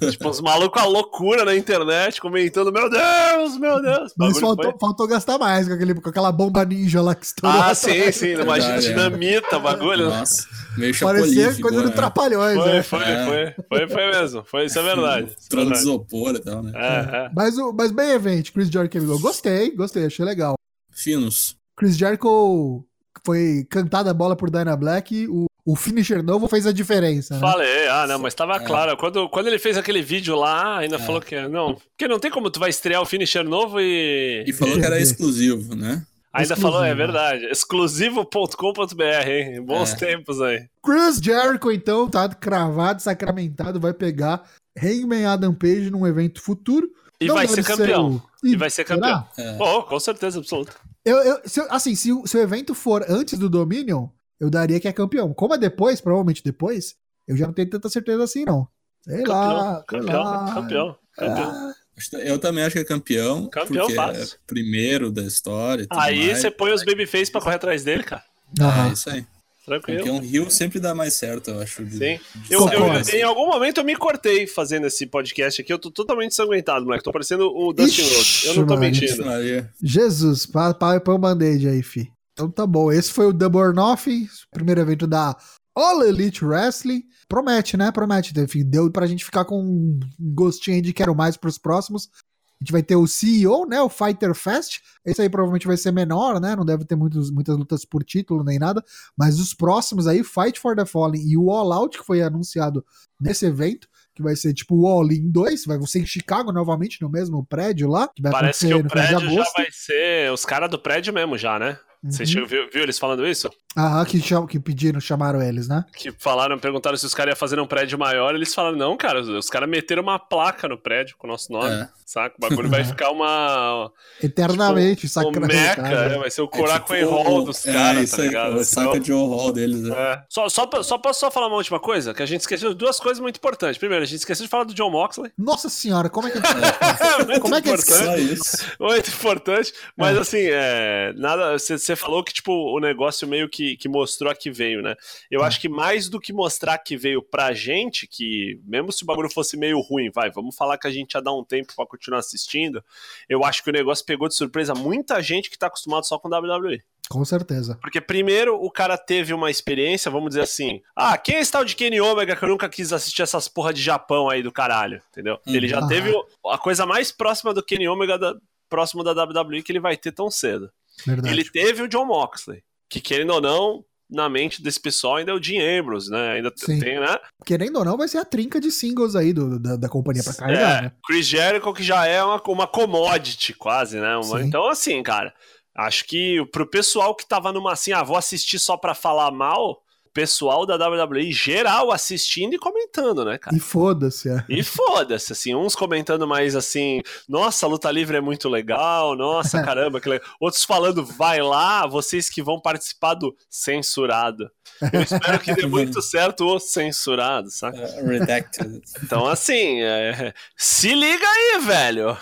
tipo, uns malucos à loucura na internet comentando, meu Deus, meu Deus.
Mas
Bagulho
faltou,
foi-
faltou gastar mais com, aquele, com aquela bomba ninja lá que estourou.
Ah, sim, sim, imagina
Verdade, é.
dinamita, bagulho. né?
Nossa, meio
Parecia
chapolin.
coisa
é.
do Trapalhões,
Foi,
né?
foi,
É.
foi, foi, foi mesmo. Foi, isso é verdade. Isso é
Trono de
verdade.
isopor e tal, né?
É, é.
Mas, o- mas bem evento, Chris Jericho eu Gostei, gostei, achei legal.
Finos.
Chris Jericho foi cantada a bola por Dyna Black, o, o finisher novo fez a diferença, né?
Falei, ah, não, mas tava
É.
claro. Quando, quando ele fez aquele vídeo lá, ainda
É.
falou que não. Porque não tem como tu vai estrear o finisher novo e.
E falou que era exclusivo, né?
Ainda falou, é
Exclusivo.
verdade. Exclusivo.com.br, hein? Bons
É.
tempos aí.
Chris Jericho, então, tá cravado, sacramentado, vai pegar Hangman Adam Page num evento futuro.
E
Não
vai
deve
ser campeão.
o-
E vai ser
Será?
campeão.
É.
Bom, com certeza absoluta.
Eu, eu- se eu- assim, se o, se o evento for antes do Dominion, eu daria que é campeão. Como é depois, provavelmente depois, eu já não tenho tanta certeza assim, não. Sei lá. sei
campeão,
lá.
campeão, campeão.
Acho que- Eu também acho que é campeão.
Campeão
porque
fácil.
é primeiro da história. e
Ah,
tudo
Aí
mais.
você põe os babyface pra correr atrás dele, cara.
Aham.
É isso aí.
Tranquilo.
Campeão Rio sempre dá mais certo, eu acho. de-
Sim.
de
Eu, eu-
Concordo.
em algum momento eu me cortei fazendo esse podcast aqui. Eu tô totalmente sanguentado, moleque. Tô parecendo o Dustin
Ixi,
Rhodes. Eu não tô
Maria.
mentindo.
Maria.
Jesus, pá- pá- põe um band-aid aí, fi. Então tá bom. Esse foi o Double or Nothing, primeiro evento da All Elite Wrestling. Promete, né? Promete. Enfim, deu pra gente ficar com um gostinho aí de quero mais pros próximos. A gente vai ter o CEO, né? O Fighter Fest. Esse aí provavelmente vai ser menor, né? Não deve ter muitos, muitas lutas por título nem nada. Mas os próximos aí, Fight for the Fallen e o All Out, que foi anunciado nesse evento, que vai ser tipo o All In 2, vai ser em Chicago novamente, no mesmo prédio lá. Que vai
Parece que
acontecer
o
no final de
prédio já
agosto.
vai ser os caras do prédio mesmo, já, né? Você
Uhum.
chegou- viu, viu eles falando isso?
Aham, que, cham- que pediram, chamaram eles, né?
Que falaram, perguntaram se os caras iam fazer um prédio maior. Eles falaram, não, cara, os, os caras meteram uma placa no prédio com o nosso nome.
É.
Saca? O bagulho vai ficar uma.
Eternamente,
Tipo, O Meca, né?
sacramentado.
vai ser o
É tipo
Korakuen Hall
o-
dos
é,
caras,
isso
tá
aí,
ligado?
O saca de o hall deles, né?
É. Só, só, pra- só posso só falar uma última coisa? Que a gente esqueceu de duas coisas muito importantes. Primeiro, a gente esqueceu de falar do John Moxley.
Nossa senhora, como é que é?
muito
Como é que é esse
importante.
Só isso.
Muito importante. Mas assim, é, nada. Você falou que, tipo, o negócio meio que que, que mostrou a que veio, né? Eu acho que mais do que mostrar que veio pra gente, que mesmo se o bagulho fosse meio ruim, vai, vamos falar que a gente ia dar um tempo pra continuar assistindo, eu acho que o negócio pegou de surpresa muita gente que tá acostumado só com WWE.
Com certeza.
Porque primeiro o cara teve uma experiência, vamos dizer assim. Ah, quem é esse tal de Kenny Omega que eu nunca quis assistir essas porra de Japão aí do caralho, entendeu? Ele já
Ah.
teve o- a coisa mais próxima do Kenny Omega da- próximo da WWE que ele vai ter tão cedo.
Verdade.
Ele teve o John Moxley, que querendo ou não, na mente desse pessoal ainda é o Dean Ambrose, né? Ainda
Sim.
tem, né?
Querendo ou não, vai ser a trinca de singles aí do, da, da companhia pra carregar,
É,
né?
Chris Jericho, que já é uma, uma commodity, quase, né? Uma-
Sim.
então, assim, cara, acho que pro pessoal que tava numa assim, ah, vou assistir só pra falar mal, o pessoal da WWE geral assistindo e comentando, né, cara?
E foda-se, é.
E foda-se, assim, uns comentando mais assim, nossa, a luta livre é muito legal, nossa, caramba, que legal. Outros falando, vai lá, vocês que vão participar do censurado. Eu espero que dê muito certo o censurado, saca?
Ah, redacted.
Então, assim, é, se liga aí, velho.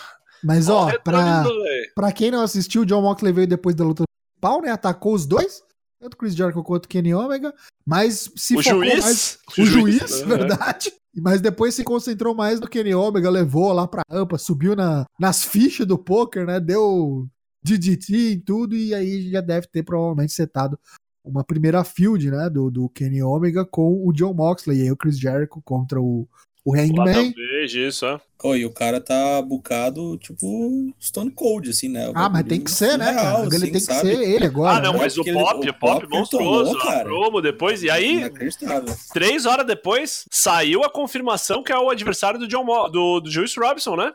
Mas, ó,
Olha o
pra,
retrovisor aí.
pra quem não assistiu, o John Moxley veio depois da luta principal, né? Atacou os dois, tanto Chris Jericho quanto Kenny Omega, mas se
O
focou
juiz.
mais... O juiz,
né?
verdade. Mas depois se concentrou mais no Kenny Omega, levou lá pra rampa, subiu na, nas fichas do poker, né? Deu DDT em tudo e aí já deve ter provavelmente setado uma primeira field, né? Do, do Kenny Omega com o John Moxley e aí o Chris Jericho contra o, o
Lá
Hangman.
também, isso, é.
Oh, e o cara tá bucado, tipo, Stone Cold, assim, né? O
Ah, mas
bagulho
tem que ser, né,
surreal,
cara? Ele
assim,
tem que
sabe?
ser ele agora.
Ah, não,
né?
mas o
Aquele-
pop,
o
o pop
pop
monstruoso,
tomou,
a
cara.
promo depois, e aí,
Inacreditável.
três horas depois, saiu a confirmação que é o adversário do John Mo- do, do Juice Robinson, né?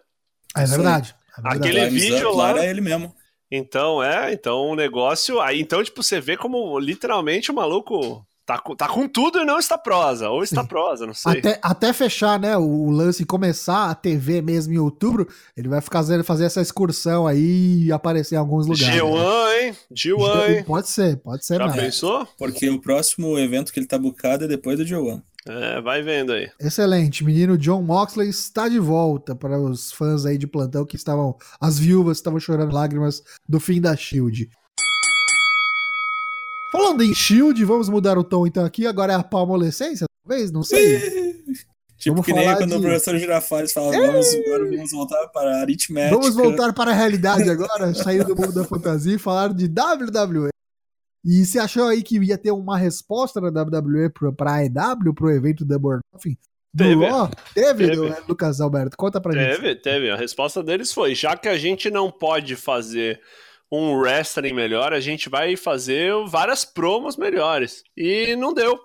É verdade. é verdade.
Aquele
Time's
vídeo
Up
lá-
Era é ele mesmo.
Então, é, então o negócio. Aí, então, tipo, você vê como literalmente o maluco tá com, tá com tudo e não está prosa. Ou está
Sim.
prosa, não sei.
Até, até fechar, né, o lance e começar a TV mesmo em outubro, ele vai ficar fazendo- fazer essa excursão aí e aparecer em alguns lugares. né? é
G1, hein? G1, hein?
Pode ser, pode ser
Já
mesmo.
pensou?
Porque o próximo evento que ele tá bucado é depois do Joan.
É, vai vendo aí.
Excelente, menino John Moxley está de volta para os fãs aí de plantão que estavam, as viúvas estavam chorando lágrimas do fim da Shield. Falando em Shield, vamos mudar o tom então aqui, agora é a palmolescência, talvez, não sei.
Tipo
Vamos
que nem
falar
quando o
de-
professor Girafales fala, vamos, agora vamos voltar para a aritmética.
Vamos voltar para a realidade agora, sair do mundo da fantasia e falar de WWE. E você achou aí que ia ter uma resposta da WWE para a EW, para o evento Double or Nothing? Do
Teve.
Raw? Teve,
Teve.
né, Lucas Alberto, conta pra gente.
Teve, teve. A resposta deles foi: já que a gente não pode fazer um wrestling melhor, a gente vai fazer várias promos melhores. E não deu,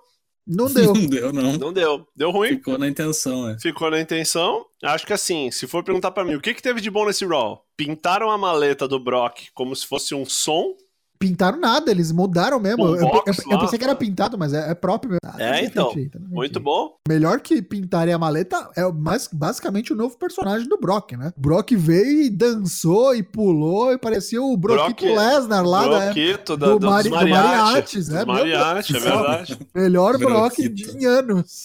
Não deu.
Não deu, não.
não deu. Deu ruim.
Ficou na intenção, é.
Ficou na intenção. Acho que assim, se for perguntar pra mim, o que, que teve de bom nesse Raw? Pintaram a maleta do Brock como se fosse um som.
pintaram nada, eles mudaram mesmo.
Um
Eu, eu-
box
eu pensei
lá.
que era pintado, mas é, é próprio mesmo. Ah,
É,
tá bem
então.
feitinho, tá bem
Muito
feitinho.
bom.
Melhor que pintarem a maleta é o mais, basicamente o novo personagem do Brock, né? O Brock veio e dançou e pulou e parecia o Broquito
Brock-
Lesnar lá da época.
Broquito da,
do
dos
Mari- do
mariachi.
mariachis, né?
Dos mariachi,
Meu Deus do
é
céu.
verdade.
Melhor Brock
Broquito.
em anos.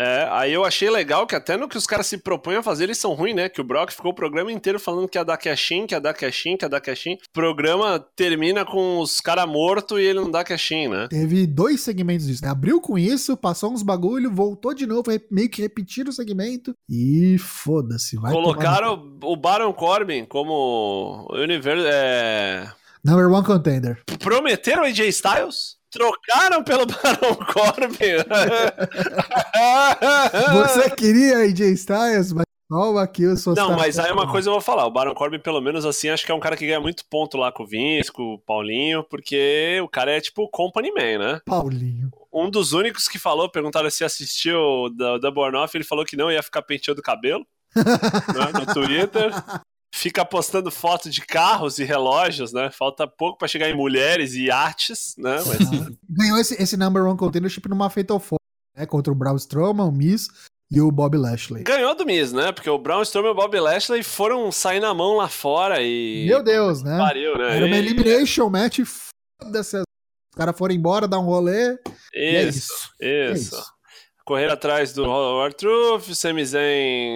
É, aí eu achei legal que até no que os caras se propõem a fazer, eles são ruins, né? Que o Brock ficou o programa inteiro falando que ia dar cashin, que ia dar cashin, que ia dar cashin. O programa termina com os caras mortos e ele não dá cashin, né?
Teve dois segmentos disso, né? Abriu com isso, passou uns bagulho, voltou de novo, re- meio que repetir o segmento. E foda-se, vai tomar no-
Colocaram o Baron Corbin como universo. É...
Number one contender.
Prometeram AJ Styles? Trocaram pelo Baron Corbin.
Você queria AJ Styles, mas toma aqui eu sou
Não, mas aí é uma coisa eu vou falar. O Baron Corbin, pelo menos assim, acho que é um cara que ganha muito ponto lá com o Vince, com o Paulinho, porque o cara é tipo o company man, né?
Paulinho.
Um dos únicos que falou, perguntaram se assistiu o da, da Bornoff, ele falou que não ia ficar penteando o cabelo né, no Twitter. Fica postando foto de carros e relógios, né? Falta pouco pra chegar em mulheres e artes, né? Mas
Ganhou esse, esse number one contendership numa Fatal Four, né? Contra o Braun Strowman, o Miz e o Bob Lashley.
ganhou do Miz, né? Porque o Braun Strowman e o Bob Lashley foram sair na mão lá fora e.
Meu Deus, né?
Pariu, né?
Era uma
E-
elimination match, foda-se. Os caras foram embora, dar um rolê. e é
Isso,
isso. é
isso.
isso.
Correr atrás do Howard Truth, Sami Zayn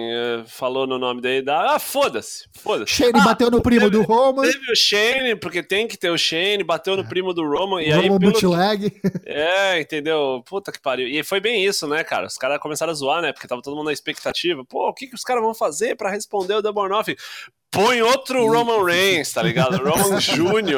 eh, falou no nome dele da. Ah, foda-se! Foda-se.
Shane
Ah,
bateu no primo do Roman,
Teve o Shane, porque tem que ter o Shane, bateu no primo do Roman, e aí.
É. Roman
pelo-
bootleg.
É, entendeu? Puta que pariu. E foi bem isso, né, cara? Os caras começaram a zoar, né? Porque tava todo mundo na expectativa. Pô, o que, que os caras vão fazer pra responder o Double or Nothing? Põe outro Roman Reigns, tá ligado? Roman Jr.
Foi
né?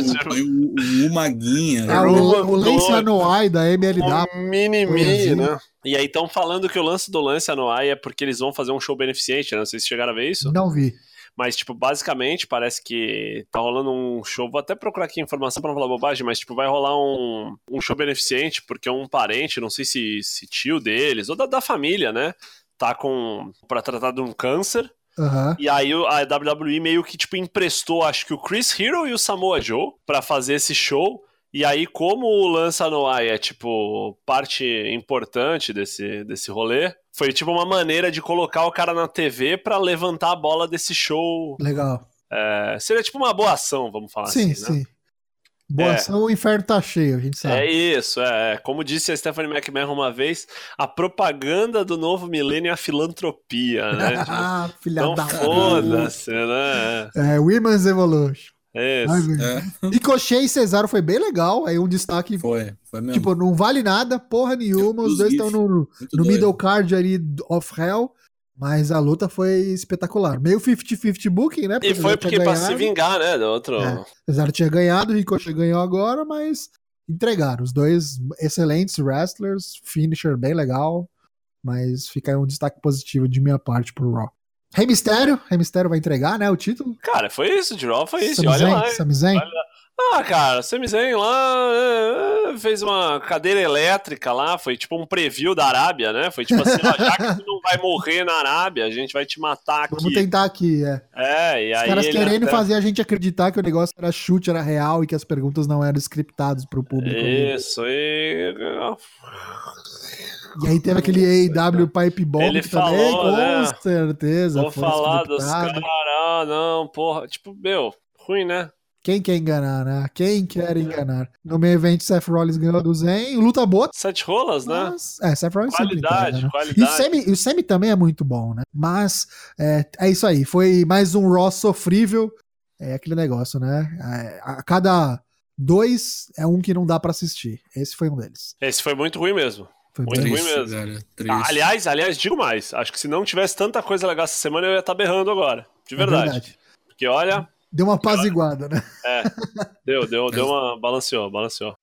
o, foi o, o Umaguinha.
Ah, o,
Roman
o Lance
Dor-
Anoa'i da MLW.
Um mini
Coisinha.
mini, né? E aí estão falando que o lance do lance anuai é porque eles vão fazer um show beneficente, né? Não sei se chegaram a ver isso.
Não vi.
Mas, tipo, basicamente parece que tá rolando um show. Vou até procurar aqui a informação pra não falar bobagem, mas, tipo, vai rolar um, um show beneficente, porque um parente, não sei se, se tio deles, ou da, da família, né? Tá com. pra tratar de um câncer.
Aham.
E aí o- a WWE meio que, tipo, emprestou, acho que o Chris Hero e o Samoa Joe pra fazer esse show. E aí, como o Lança Noai é, tipo, parte importante desse, desse rolê, foi, tipo, uma maneira de colocar o cara na TV pra levantar a bola desse show.
Legal.
É, seria, tipo, uma boa ação, vamos falar
sim,
assim, né?
sim. Boa
É.
ação, o inferno tá cheio, a gente
É
sabe.
isso, é. Como disse a Stephanie McMahon uma vez, a propaganda do novo milênio é a filantropia, né? Tipo,
ah, filha
então
da
foda-se, né?
É, Women's Evolution.
É
Ai,
isso.
meu.
É,
Ricochet e Cesaro foi bem legal. Aí um destaque,
foi, foi mesmo.
tipo, não vale nada, porra nenhuma. Os
Os
dois
gifs.
estão no,
Muito
no
doido.
middle card ali of hell. Mas a luta foi espetacular. Meio 50-50 booking, né?
E foi
Cesaro
porque
tinha
pra
ganhado.
se vingar, né? Do outro.
É. Cesaro tinha ganhado, Ricochet ganhou agora, mas entregaram. Os dois excelentes wrestlers, finisher bem legal, mas fica aí um destaque positivo de minha parte pro Raw. Rei Mistério, Rei Mistério vai entregar, né, o título?
Cara, foi isso, de Raw foi É isso. E
Sami
olha
Zayn,
lá. hein?
Sami Zayn.
Ah, cara, Sami Zayn lá é, é, fez uma cadeira elétrica lá, foi tipo um preview da Arábia, né? Foi tipo assim, ó, já que tu não vai morrer na Arábia, a gente vai te matar
Vamos
aqui.
tentar aqui, é.
É, e
Os
aí
caras
ele
querendo
até-
fazer a gente acreditar que o negócio era chute, era real e que as perguntas não eram scriptadas pro público. né?
Isso, e
E aí teve aquele AEW Pipe Bomb
Ele
também,
falou,
com
né?
certeza.
vou
foi
falar dos
scriptado.
caras, ah, não, porra, tipo, meu, ruim, né?
Quem quer enganar, né? Quem quer enganar. No meio evento, Seth Rollins ganhou do Zen. Luta boa.
Sete rolas, né?
Mas, é, Seth Rollins sempre
Qualidade,
entrega, né? E o,
qualidade.
Semi, e o Semi também é muito bom, né? Mas é, é isso aí. Foi mais um Raw sofrível. É aquele negócio, né? É, a cada dois é um que não dá pra assistir. Esse foi um deles.
Esse foi muito ruim mesmo.
Foi
Muito
bem-
ruim
Triste,
mesmo.
velho, triste.
Ah, aliás, aliás, digo mais. Acho que se não tivesse tanta coisa legal essa semana, eu ia estar berrando agora. De verdade.
É verdade.
Porque olha,
Deu uma apaziguada, né?
deu, deu, deu uma. Balanceou, balanceou.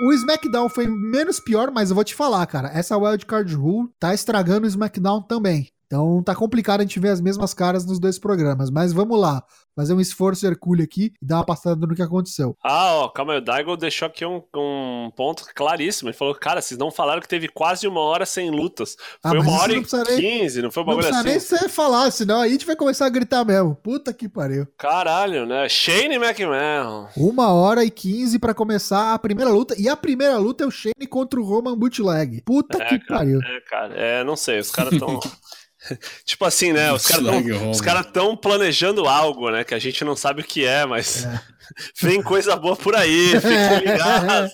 O SmackDown foi menos pior, mas eu vou te falar, cara. Essa Wildcard Rule tá estragando o SmackDown também. Então tá complicado a gente ver as mesmas caras nos dois programas. Mas vamos lá. Fazer um esforço hercúleo aqui e dar uma passada no que aconteceu.
Ah, ó, calma aí, o Daigo deixou aqui um, um ponto claríssimo. Ele falou, cara, vocês não falaram que teve quase uma hora sem lutas.
Ah,
Foi
mas
uma
isso
hora
não
e
precisa nem-
quinze, não foi um
Não
bagulho
precisa
assim?
nem você falar, senão aí a gente vai começar a gritar mesmo. Puta que pariu.
Caralho, né? Shane McMahon.
Uma hora e quinze pra começar a primeira luta. E a primeira luta é o Shane contra o Roman Bootleg. Puta
É,
que
cara.
pariu.
É, cara, é, não sei, os caras tão. tipo assim, né? Os caras tão.
Slag Home.
Os caras estão planejando algo, né? Que a gente não sabe o que é, mas vem coisa boa por aí, fiquem ligados.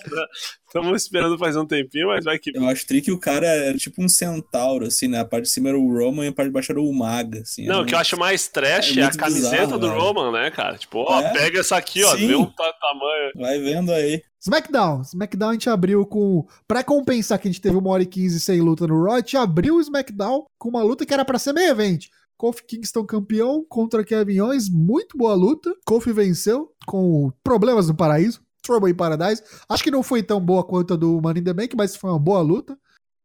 Estamos esperando faz um tempinho, mas vai que.
Eu acho tri que o cara era tipo um centauro, assim, né? A parte de cima era o Roman e a parte de baixo era o Maga, assim.
Não,
era
o
um-
que eu acho mais trash
É
é, a
muito
camiseta
bizarro,
do
velho.
Roman, né, cara? Tipo, ó,
É?
pega essa aqui, ó,
Sim.
vê um ta- tamanho.
Vai vendo aí. Tá
SmackDown. SmackDown a gente abriu com. Pra compensar que a gente teve uma hora e 15 sem luta no Raw, a gente abriu o SmackDown com uma luta que era pra ser meio evento. Kofi Kingston campeão contra Kevin Owens, muito boa luta. Kofi venceu com problemas no paraíso, Trouble in Paradise. Acho que não foi tão boa quanto a do Money in the Bank, mas foi uma boa luta.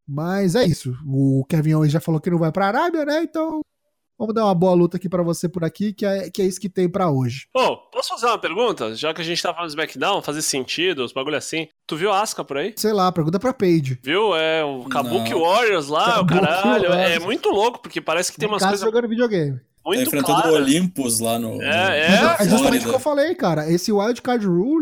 Mas é isso. O Kevin Owens já falou que não vai pra Arábia, né? Então vamos dar uma boa luta aqui pra você por aqui, que é, que é isso que tem pra hoje.
Ô, posso fazer uma pergunta? Já que a gente tá falando de SmackDown, fazer sentido, os bagulho assim. Tu viu a Asuka por aí?
Sei lá, pergunta pra Paige.
Viu? É o Kabuki
Não.
Warriors lá, o
Kabuki
caralho. É
Warriors.
muito louco, porque parece que tem
No
umas
caso,
coisas
jogando videogame.
Tá
muito
enfrentando o
claras.
Olympus lá no.
É,
Mas é,
é.
justamente o que
Flórida.
eu falei, cara. Esse wildcard rule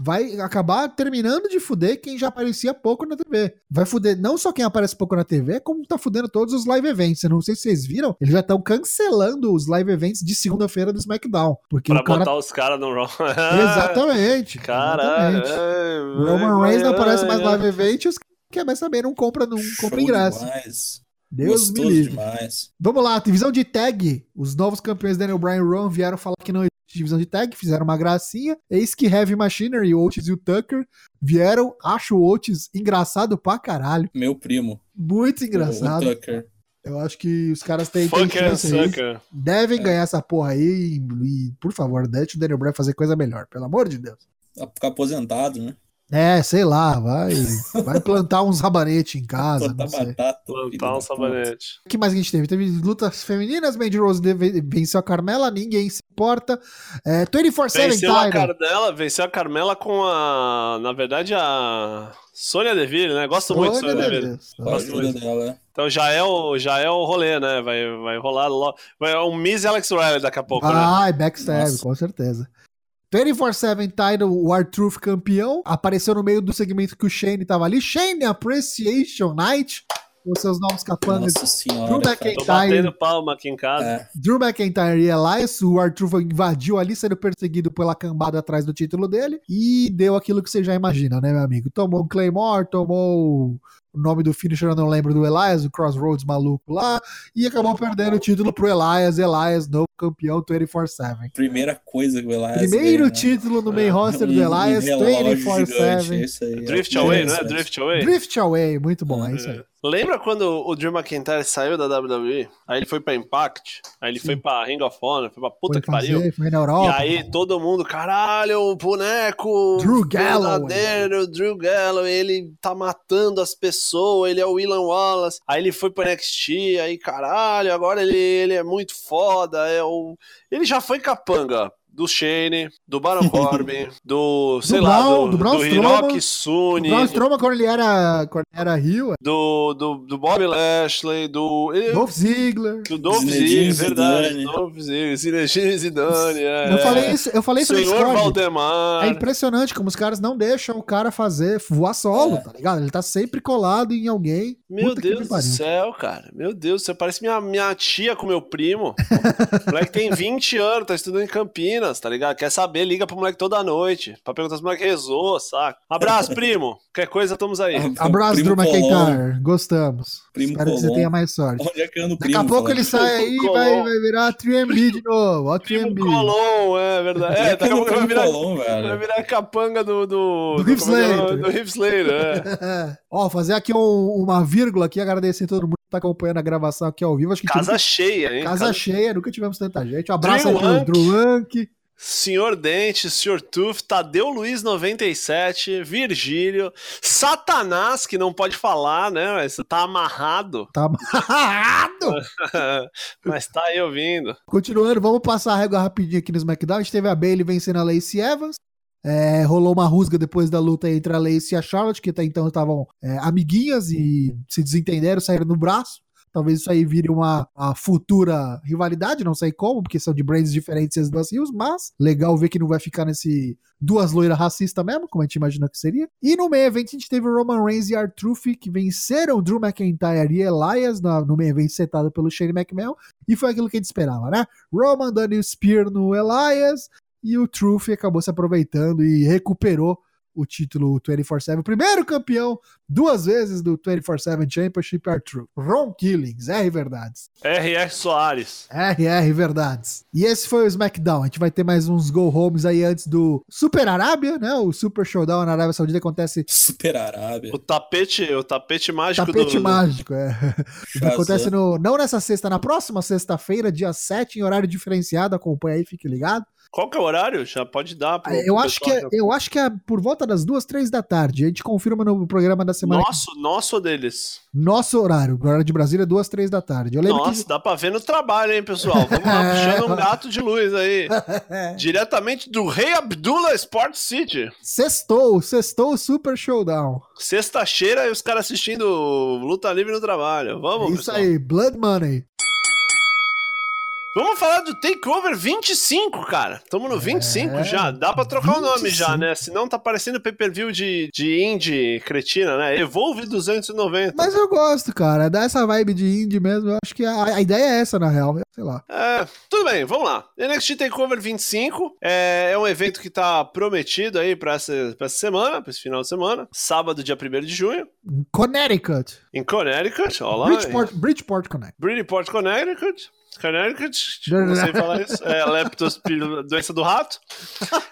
vai acabar terminando de fuder quem já aparecia pouco na TV. Vai fuder não só quem aparece pouco na TV, como tá fudendo todos os live events. Eu não sei se vocês viram, eles já estão cancelando os live events de segunda-feira do SmackDown. Porque
Pra
o cara. Ah,
botar os caras no Raw.
Exatamente.
Caralho.
exatamente.
é,
O Roman Reigns não
é,
aparece mais
é.
live event e os caras quer mais saber, não compra, não compra em graça.
Demais.
Deus me
Gostoso
livre.
demais.
Vamos lá, divisão de tag. Os novos campeões Daniel Bryan e Ron vieram falar que não existe divisão de tag, fizeram uma gracinha. Eis que Heavy Machinery, o Otis e o Tucker vieram. Acho o Otis engraçado pra caralho.
Meu primo,
Muito
o
engraçado.
Tucker.
Eu acho que os caras têm, têm
Funker and
chance aí.
é, Sucker.
É.
Devem ganhar essa porra aí. E, por favor, deixa o Daniel Bryan fazer coisa melhor, pelo amor de Deus.
Tá pra Ficar aposentado, né?
É, sei lá, vai, vai plantar uns rabanete em casa.
Plantar
Ah, não sei.
tá batata. filho da
Plantar um
puta.
sabanete.
O que mais que a gente teve? Teve lutas femininas, Mandy Rose deve- venceu a Carmela, ninguém se importa. É, 24-7
Venceu a
Tyler.
Carmela, venceu a Carmela com a. Na verdade, a. Sônia Deville, né? Gosto muito de Sônia
Glória a
Deville.
Deus.
Com a ajuda
Gosto muito.
dela. né?
Então já é o, já é o rolê, né? Vai, vai rolar logo. Vai é um Miss Alex Riley daqui a pouco, né?
Ai, backstab,
Nossa.
com certeza. 24-7 title, o R-Truth campeão, apareceu no meio do segmento que o Shane tava ali. Shane Appreciation Night, com seus novos capangas.
Nossa senhora.
Drew
cara.
Tô
McIntyre,
batendo palma aqui em casa.
É,
Drew McIntyre e Elias, o R-Truth invadiu ali, sendo perseguido pela cambada atrás do título dele, e deu aquilo que você já imagina, né, meu amigo? Tomou o Claymore, tomou o nome do finisher, eu não lembro do Elias, o Crossroads maluco lá, e acabou perdendo o título pro Elias, Elias, novo campeão 24-7.
primeira coisa que o Elias
Primeiro
ganha, né?
título no main
É,
roster do
Um- um
Elias,
relógio gigante, é
24-7.
isso aí, ó.
Drift Away,
Isso,
não é?
é.
Drift Away?
Drift Away, muito bom, é isso aí.
É. Lembra quando o Drew McIntyre saiu da WWE? Aí ele foi pra Impact, aí ele
Sim.
foi pra Ring of Honor, foi pra puta
Foi
que pariu.
fazer, foi na
E
Europa.
aí todo mundo, caralho, o boneco
Drew Galloway.
verdadeiro, Drew Galloway, ele tá matando as pessoas, ele é o Willan Wallace. Aí ele foi pro NXT, aí caralho, agora ele, ele é muito foda, é o... Ele já foi capanga. Do Shane, do Baron Corbin, do, sei lá,
Braun,
do,
do Braun
do
Strowman,
Hiroki
O
Suni,
Braun Strowman, quando ele era, quando ele era Rio, é,
do, do, do Bob Lashley, do. ele-
Dolph Ziggler.
do Dolph
Zinedine
Ziggler, verdade.
Zidane.
Dolph Ziggler, Zinedine Zidane. É.
Eu falei isso, eu falei isso no
Senhor
Discord.
Valdemar.
É impressionante como os caras não deixam o cara fazer voar solo,
É.
tá ligado? Ele tá sempre colado em alguém.
Meu
Puta que me
Deus do
pariu.
céu, cara. Meu Deus, você parece minha, minha tia com meu primo. O moleque tem 20 anos, tá estudando em Campinas, tá ligado? Quer saber, liga pro moleque toda noite. Pra perguntar se o moleque rezou, saca? Abraço, primo. Qualquer coisa, estamos aí.
Abraço,
É, Primo
Drew
Colombo.
McIntyre. Gostamos.
Primo
Espero que você
Colombo.
tenha mais sorte.
Onde é que anda o
Daqui
primo?
a pouco
fala?
ele sai aí e
Colombo.
vai, vai virar a 3MB de novo. Ó, a
Primo
3MB.
Colom, é verdade.
Onde
É,
é que
daqui a
anda o
pouco vai
primo
virar,
Colom,
vai
né?
velho?
virar capanga do. Do,
tá Do Heath
como é que é o nome?
Slater.
Do Heath Slater, é.
Ó, fazer aqui um- uma vírgula aqui, agradecer a todo mundo que tá acompanhando a gravação aqui ao vivo. Acho que
Casa
tivemos-
cheia, hein?
casa cheia, nunca tivemos tanta gente. Um abraço
Drew
aqui ao
Hank.
Drew Hank.
Senhor Dente, Senhor Tuf, Tadeu Luiz 97, Virgílio, Satanás, que não pode falar, né? Mas tá amarrado,
Tá amarrado!
mas tá aí ouvindo.
Continuando, vamos passar a régua rapidinho aqui no SmackDown. A gente teve a Bailey vencendo a Lacey Evans. É, rolou uma rusga depois da luta entre a Lacey e a Charlotte, que até então estavam é, amiguinhas e se desentenderam, saíram no braço. Talvez isso aí vire uma, uma futura rivalidade, não sei como, porque são de brands diferentes as duas rios, mas legal ver que não vai ficar nesse duas loiras racistas mesmo, como a gente imaginou que seria. E no meio evento a gente teve o Roman Reigns e R-Truth, que venceram o Drew McIntyre e Elias na- no meio evento setado pelo Shane McMahon. E foi aquilo que a gente esperava, né? Roman dando o Spear no Elias e o Truth acabou se aproveitando e recuperou o título 24-7. Primeiro campeão duas vezes do 24-7 Championship are Truth. Ron Killings, R Verdades.
R.R. Soares.
RR Verdades. E esse foi o SmackDown. A gente vai ter mais uns go homes aí antes do Super Arábia, né? O Super Showdown na Arábia Saudita acontece
Super Arábia.
O tapete, o tapete mágico
tapete
do.
mágico, é.
Shazam.
Acontece no, não nessa sexta, na próxima sexta-feira, dia 7, em horário diferenciado. Acompanha aí, fique ligado.
Qual que é o horário? Já pode dar. pro-
Eu
pro
acho, que
pessoal
é, eu acho que é por volta das duas, três da tarde. A gente confirma no programa da semana.
Nosso, nosso ou deles?
Nosso horário, o horário de Brasília, é duas, três da tarde. Eu lembro
Nossa, dá pra ver no trabalho, hein, pessoal? Vamos lá, puxando
É.
um gato de luz aí.
que.
Diretamente do Rei Abdullah Sport City.
sextou, sextou o Super Showdown.
Sexta-feira e os caras assistindo Luta Livre no trabalho. Vamos,
Isso
pessoal.
aí, Blood Money.
Vamos falar do Takeover 25, cara. Estamos
É.
no 25 já. Dá pra trocar o nome
25.
já, né? Senão tá parecendo pay-per-view de, de indie cretina, né? Evolve 290.
Mas eu gosto, cara. Dá essa vibe de indie mesmo. Eu acho que a, a ideia é essa, na real. Sei lá.
É, tudo bem, vamos lá. NXT Takeover 25 é, é um evento que tá prometido aí pra essa, pra essa semana, pra esse final de semana. Sábado, dia 1 de junho,
Connecticut.
em Connecticut. Olá.
Bridgeport, Bridgeport Connect.
Bridgeport, Connecticut. Connecticut, não sei falar isso. É leptospiro, doença do rato.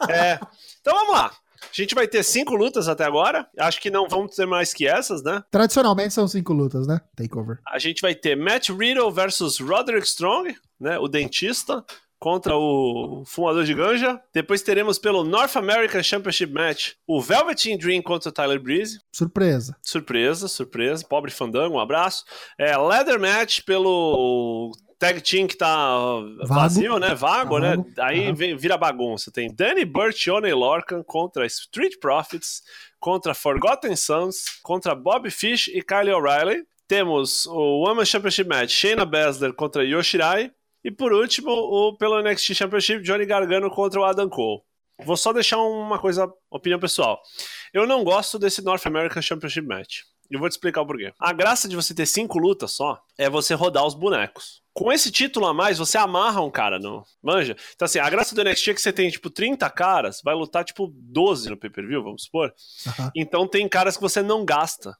É, então vamos lá. A gente vai ter cinco lutas até agora. Acho que não vamos ter mais que essas, né?
Tradicionalmente são cinco lutas, né? Takeover.
A gente vai ter Matt Riddle versus Roderick Strong, né? O dentista contra o fumador de ganja. Depois teremos pelo North American Championship Match o Velveteen Dream contra o Tyler Breeze.
Surpresa.
Surpresa, surpresa. Pobre Fandango, um abraço. É, leather match pelo tag team que tá ó, vazio, né?
Vago.
Vago, né? Aí
Aham.
vem- vira bagunça. Tem Danny Burch e Oney Lorcan contra Street Profits, contra Forgotten Sons, contra Bob Fish e Kyle O'Reilly. Temos o Women's Championship Match, Shayna Baszler contra Yoshirai. E por último, o pelo NXT Championship, Johnny Gargano contra o Adam Cole. Vou só deixar uma coisa, opinião pessoal. Eu não gosto desse North American Championship Match. E vou te explicar o porquê. A graça de você ter cinco lutas só é você rodar os bonecos. Com esse título a mais, você amarra um cara no. Manja? Então, assim, a graça do NXT é que você tem, tipo, 30 caras, vai lutar, tipo, 12 no pay per view, vamos supor.
Aham.
Então, tem caras que você não gasta.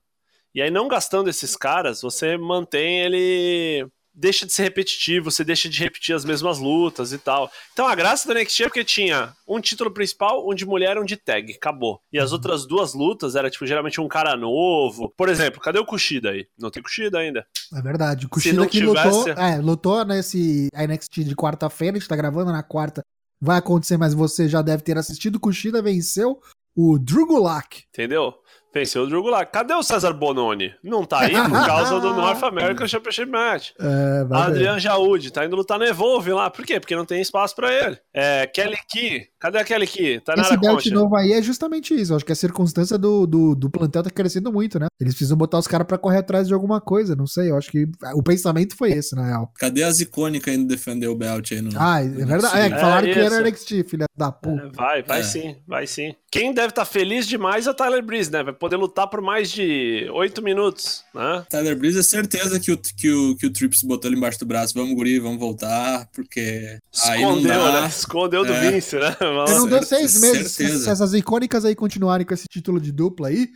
E aí, não gastando esses caras, você mantém ele. Deixa de ser repetitivo, você deixa de repetir as mesmas lutas e tal. Então a graça do NXT é porque tinha um título principal, um de mulher, um de tag, acabou. E as outras duas lutas era tipo geralmente um cara novo. Por exemplo, cadê o Kushida aí? Não tem Kushida ainda.
É verdade. Kushida
não
que
tivesse-
lutou, é, lutou nesse NXT de quarta-feira, a gente tá gravando na quarta. Vai acontecer, mas você já deve ter assistido. Kushida venceu o Drew Gulak.
Entendeu? Venceu o Drew Gulak. Cadê o César Bononi? Não tá aí por causa do North American Championship Match.
É, vai ver.
Adrian Jaúde tá indo lutar no Evolve lá. Por quê? Porque não tem espaço pra ele. É, Kelly Key. Cadê a Kelly Key? Tá na
Esse
área
belt
concha.
novo aí é justamente isso. Acho que a circunstância do, do, do plantel tá crescendo muito, né? Eles precisam botar os caras pra correr atrás de alguma coisa. Não sei, eu acho que o pensamento foi esse, na real.
Cadê as icônicas indo defender o belt aí no.
Ah, é verdade. É,
É,
falaram que era
isso.
NXT, filha da puta.
É, Vai, vai
É.
sim, vai sim. Quem deve estar feliz demais é o Tyler Breeze, né? Vai poder lutar por mais de oito minutos, né?
Tyler Breeze é certeza que o, que, o, que o Trips botou ele embaixo do braço. Vamos, guri, vamos voltar, porque. Aí não
Escondeu,
dá.
né? Escondeu do
É.
Vince, né? Mas-
Eu não dou
certo,
seis meses. Se,
certeza.
se essas icônicas aí continuarem com esse título de dupla aí,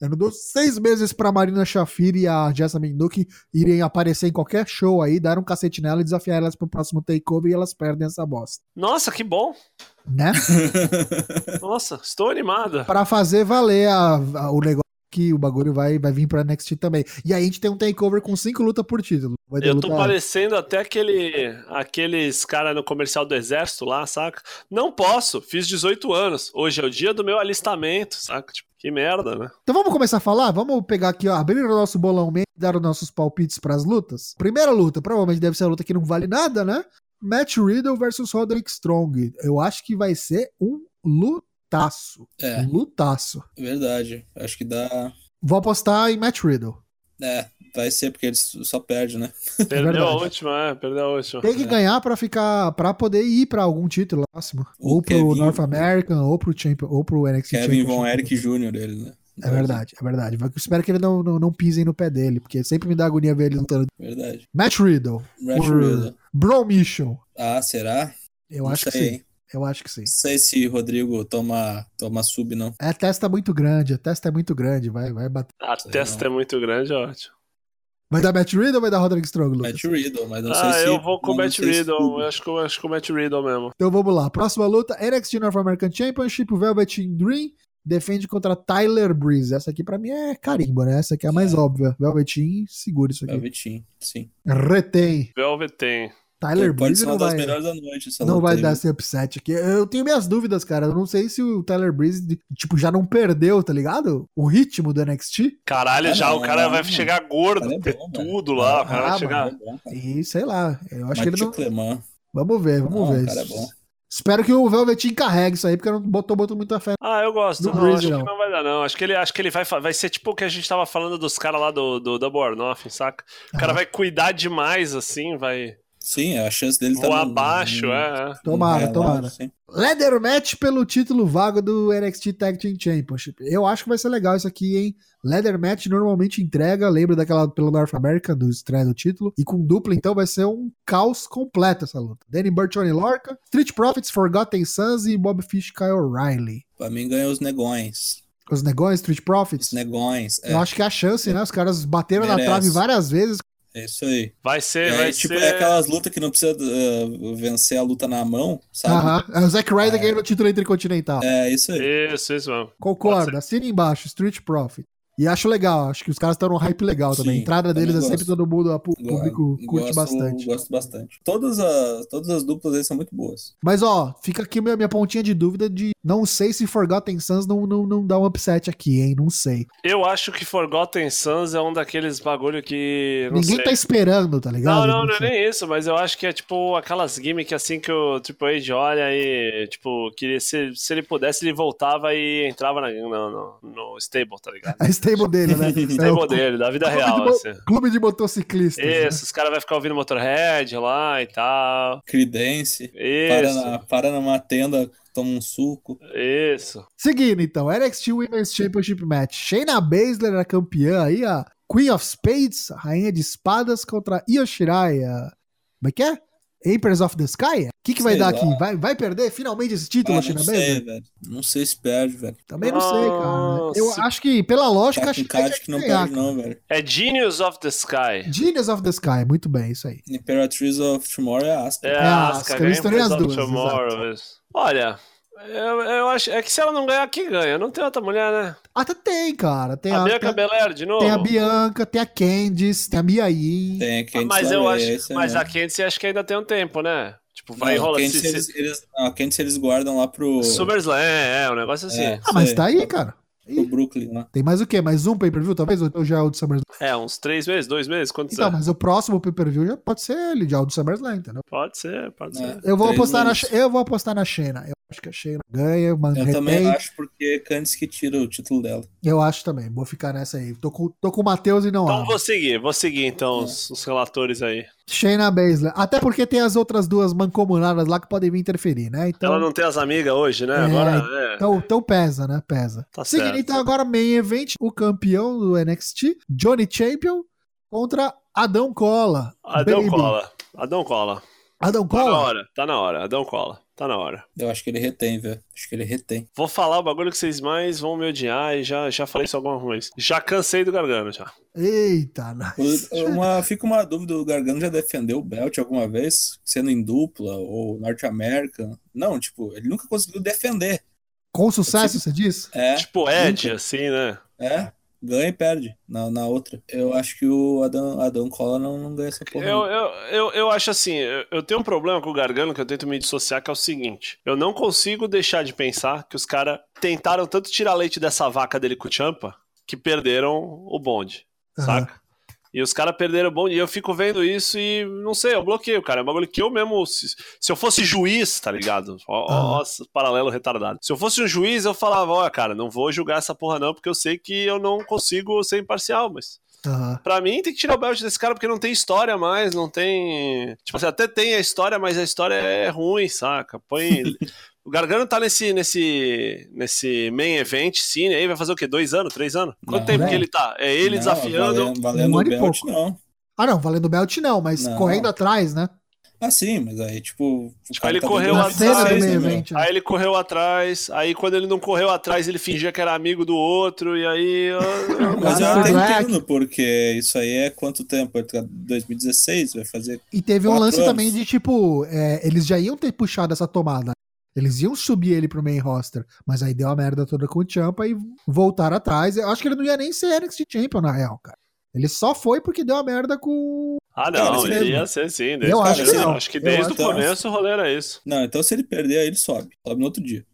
eu não dou seis meses pra Marina Shafir e a Jessamine Duke irem aparecer em qualquer show aí, dar um cacete nela e desafiar elas pro próximo takeover e elas perdem essa bosta.
Nossa, que bom.
Né?
Nossa, estou animada.
Pra fazer valer a- a- o negócio que o bagulho vai, vai vir pra NXT também. E aí a gente tem um takeover com cinco lutas por título. Vai ter
Eu
luta...
tô parecendo até aquele, aqueles cara no comercial do exército lá, saca? Não posso, fiz 18 anos. Hoje é o dia do meu alistamento, saca? Tipo, que merda, né?
Então vamos começar a falar? Vamos pegar aqui, ó, abrir o nosso bolão meio e dar os nossos palpites pras lutas? Primeira luta, provavelmente deve ser a luta que não vale nada, né? Matt Riddle versus Roderick Strong. Eu acho que vai ser um lutaço.
é,
Um lutaço.
verdade. Acho que dá.
Vou apostar em Matt Riddle.
É, vai ser porque ele só perde, né?
Perdeu a
verdade.
última, é, perdeu a última.
Tem que
É.
ganhar pra ficar, para poder ir pra algum título próximo,
O
ou pro
Kevin-
North American, ou pro Champion, ou pro NXT
Kevin
Championship.
Von Eric Jr. ele, né?
É verdade, é verdade. Eu espero que ele não, não, não pisem no pé dele, porque sempre me dá agonia ver ele lutando.
Verdade.
Matt Riddle,
Rash
Por-
Riddle.
Bro Mission.
Ah, será?
Eu
Não
acho que
sei,
sim.
hein?
Eu acho que sim.
Não sei se Rodrigo toma, toma sub, não.
É, a testa é muito grande, a testa é muito grande, vai, vai bater.
A testa é muito grande, é ótimo.
Vai dar Matt Riddle ou vai dar Roderick Strong, Lucas?
Matt Riddle, mas não
ah,
sei se.
eu vou com o
não
Matt
sei se
Riddle.
sub.
Eu acho que eu acho que o Matt Riddle mesmo.
Então vamos lá. Próxima luta, NXT North American Championship, o Velveteen Dream defende contra Tyler Breeze. Essa aqui pra mim é carimbo, né? Essa aqui é a mais óbvia. Velveteen, segura isso
É o
aqui.
Vitinho, sim.
Retém.
Velvet tem.
Tyler
Pode
Breeze
ser
não
uma das
vai...
melhores da noite. Essa
Não
luta
vai
aí,
dar
viu?
esse upset aqui. Eu tenho minhas dúvidas, cara. Eu não sei se o Tyler Breeze, tipo, já não perdeu, tá ligado? O ritmo do NXT.
Caralho,
Ah,
já
não,
o cara
não,
vai
não.
chegar gordo,
Cara é
ter
bom,
tudo lá. o cara
Ah,
vai chegar.
É bom, cara.
E sei lá. Eu acho que ele
Matthew
não.
Clement.
Vamos ver, vamos
Não,
ver.
o cara é bom.
Espero que o Velvetinho carregue isso aí, porque eu não botou, botou muita fé.
Ah, eu gosto.
Do
Não,
Breeze,
acho
não.
que não vai dar, não. Acho que ele, acho que ele vai, fa- vai ser tipo o que a gente tava falando dos caras lá do, do, da Bornoff, saca? O cara
Ah.
vai cuidar demais, assim, vai.
Sim, a chance dele tá
Ou
no-
abaixo,
no-
é.
Tomara,
no-
tomara.
sim.
Leather match pelo título vago do NXT Tag Team Championship. Eu acho que vai ser legal isso aqui, hein? Leather match normalmente entrega, lembra daquela pelo North America, do estreia do título. E com dupla, então, vai ser um caos completo essa luta. Danny Burton e Lorca, Street Profits, Forgotten Sons e Bob Fish e Kyle O'Reilly.
Pra mim ganha os negões.
Os negões, Street
Os
Profits.
negões. É,
Eu acho que é a chance, né? Os caras bateram na
Merece.
trave várias vezes.
é isso aí.
Vai
É,
ser, vai
tipo,
ser.
é aquelas lutas que não precisa uh, vencer a luta na mão, sabe?
Aham. O Zack Ryder
É.
ganhou o título intercontinental.
É isso aí.
Isso, isso mesmo.
Concordo,
Pode
assina embaixo, Street Profit. E acho legal, acho que os caras estão num hype legal também. A
Sim,
um
entrada
também
deles é
gosto.
sempre todo mundo, o público
Go-
curte
gosto-
bastante.
Gosto bastante. Todas as, todas as duplas aí são muito boas.
Mas ó, fica aqui minha, minha pontinha de dúvida de não sei se Forgotten Sons não, não, não dá um upset aqui, hein? Não sei.
Eu acho que Forgotten Sons é um daqueles bagulho que. Não
Ninguém
sei.
tá esperando, tá ligado?
Não, não, não é
sei.
nem isso, mas eu acho que é tipo aquelas gimmicks assim que o Triple H olha e, tipo, que se, se ele pudesse, ele voltava e entrava na, não, não, no stable, tá ligado?
A stable dele, né? É o
Stable dele, da vida
Clube de
real,
mo-
assim.
Clube de motociclistas. né?
Isso, os caras vão ficar ouvindo Motorhead lá e tal.
Credence. Para,
Isso,
na- para numa tenda, toma um suco.
isso.
Seguindo, então, NXT Women's Championship Match. Shayna Baszler era campeã aí, a Queen of Spades, a rainha de espadas contra Io Shirai. a- Como é que é? Empress of the Sky? O que, que vai
Sei
dar
lá.
aqui? Vai, vai perder finalmente esse título,
Ah,
a Shayna
não
Baszler?
sei, velho. Não sei se perde, velho.
Também não sei, cara. Eu
Nossa.
acho que, pela lógica,
Tá
acho
com
que vai
card que não
ganhar,
perde,
cara.
não, velho.
É Genius of the Sky.
Genius of the Sky, muito bem, isso aí.
Imperatriz of Tomorrow é Astra.
É,
É,
a
Asuka,
Asuka,
eu
ganha
misturei as
Empress of
duas,
Tomorrow. isso. Olha, eu, eu acho. É que se ela não ganhar, quem ganha? Não tem outra mulher, né?
Até tem, cara. Tem
a
a,
Bianca
tem,
Belair, de
a-
novo? Ah,
tem a Bianca, tem a Candice, tem a Mia Yim.
Tem a Candice
mas eu
LeRae,
acho.
é isso aí
mas
mesmo.
a Candice acho que ainda tem um tempo, né? Tipo, vai
Não, a
enrolar.
Candice
Se,
eles, eles, não, a Candice eles guardam lá pro.
se, SummerSlam, é, é, um negócio assim.
É,
É,
Ah, mas
sei,
tá aí, cara.
Pro Brooklyn lá.
Tem mais o quê? Mais um pay-per-view, talvez? Ou então já é o de SummerSlam?
uns três meses, dois meses, quantos
Então,
é?
mas o próximo pay-per-view já pode ser ele, já o do SummerSlam, entendeu?
Pode ser, pode
É.
ser.
Eu vou
Três
apostar na,
meses.
eu vou apostar na Shayna. Eu acho que a Shayna ganha, man,
Eu
retém.
também acho porque Candice que tira o título dela.
Eu acho também. Vou ficar nessa aí. Tô com, tô com o Matheus e não
Então
então
vou seguir, vou seguir então os, os relatores aí.
Shayna Baszler. Até porque tem as outras duas mancomunadas lá que podem vir interferir, né? Então,
Ela não tem as amigas hoje, né?
É,
Agora é.
então, então pesa, né? Pesa.
Tá
Seguindo,
certo.
então agora main event, o campeão do NXT, Johnny Champion contra Adão Cola.
Adão
Baby.
cola. Adão cola.
Adão
Tá na
Cola?
hora, tá na hora. Adão cola. Tá na hora.
Eu acho que ele retém, velho. Acho que ele retém.
Vou falar o bagulho que vocês mais vão me odiar e já, já falei isso alguma vez. Já cansei do gargano já.
Eita, nice.
O- Uma, fica uma dúvida, o Gargano já defendeu o Belt alguma vez, sendo em dupla ou Norte América? Não, tipo, ele nunca conseguiu defender.
Com sucesso, você diz?
É,
Tipo Ed, assim, né?
é, ganha e perde na, na outra. Eu acho que o Adam, Adam Cola não, não ganha essa porra.
Eu,
não.
eu, eu, eu acho assim, eu, eu tenho um problema com o Gargano que eu tento me dissociar, que é o seguinte: eu não consigo deixar de pensar que os caras tentaram tanto tirar leite dessa vaca dele com o Champa que perderam o bonde, saca? E os caras perderam o bonde. E eu fico vendo isso e não sei, eu bloqueio, cara. É um bagulho que eu mesmo. Se, se eu fosse juiz, tá ligado? Ó, ó, ó, esse paralelo retardado. Se eu fosse um juiz, eu falava: olha, cara, não vou julgar essa porra não, porque eu sei que eu não consigo ser imparcial, mas.
Aham.
Pra mim, tem que tirar o belt desse cara porque não tem história mais, não tem. Tipo assim, até tem a história, mas a história é ruim, saca? Põe. o Gargano tá nesse, nesse, nesse main event, sim, aí vai fazer o quê? Dois anos? Três anos? Quanto
Não,
tempo
né?
que ele tá? É ele
Não,
desafiando.
Valendo, valendo
Um
o
ano e
Belt,
pouco.
não.
Ah, não, valendo belt não, mas
Não.
correndo atrás, né?
Ah, sim, mas aí, tipo. o
Tipo,
cara
ele
tá
correu
dando
Na
atrás,
cena do
né,
meio
meu?
evento. né?
Aí ele correu atrás, aí quando ele não correu atrás, ele fingia que era amigo do outro, e aí.
Ah,
eu- eu-
Mas eu
Cara,
até
é Black.
entendo, porque isso aí é quanto tempo? 2016? Vai fazer.
E teve um
Quatro
lance
anos.
também de tipo, é, eles já iam ter puxado essa tomada. Eles iam subir ele pro main roster, mas aí deu a merda toda com o Champa e voltaram atrás. Eu acho que ele não ia nem ser NXT Champion, na real, cara. Ele só foi porque deu a merda com.
Ah,
Cara,
não,
isso
ele
mesmo.
ia ser sim.
Eu
o
acho
que
começo.
não.
acho que
Eu
desde
acho
o
que não.
começo o rolê era isso.
Não, então se ele perder, aí ele sobe. Sobe no outro dia.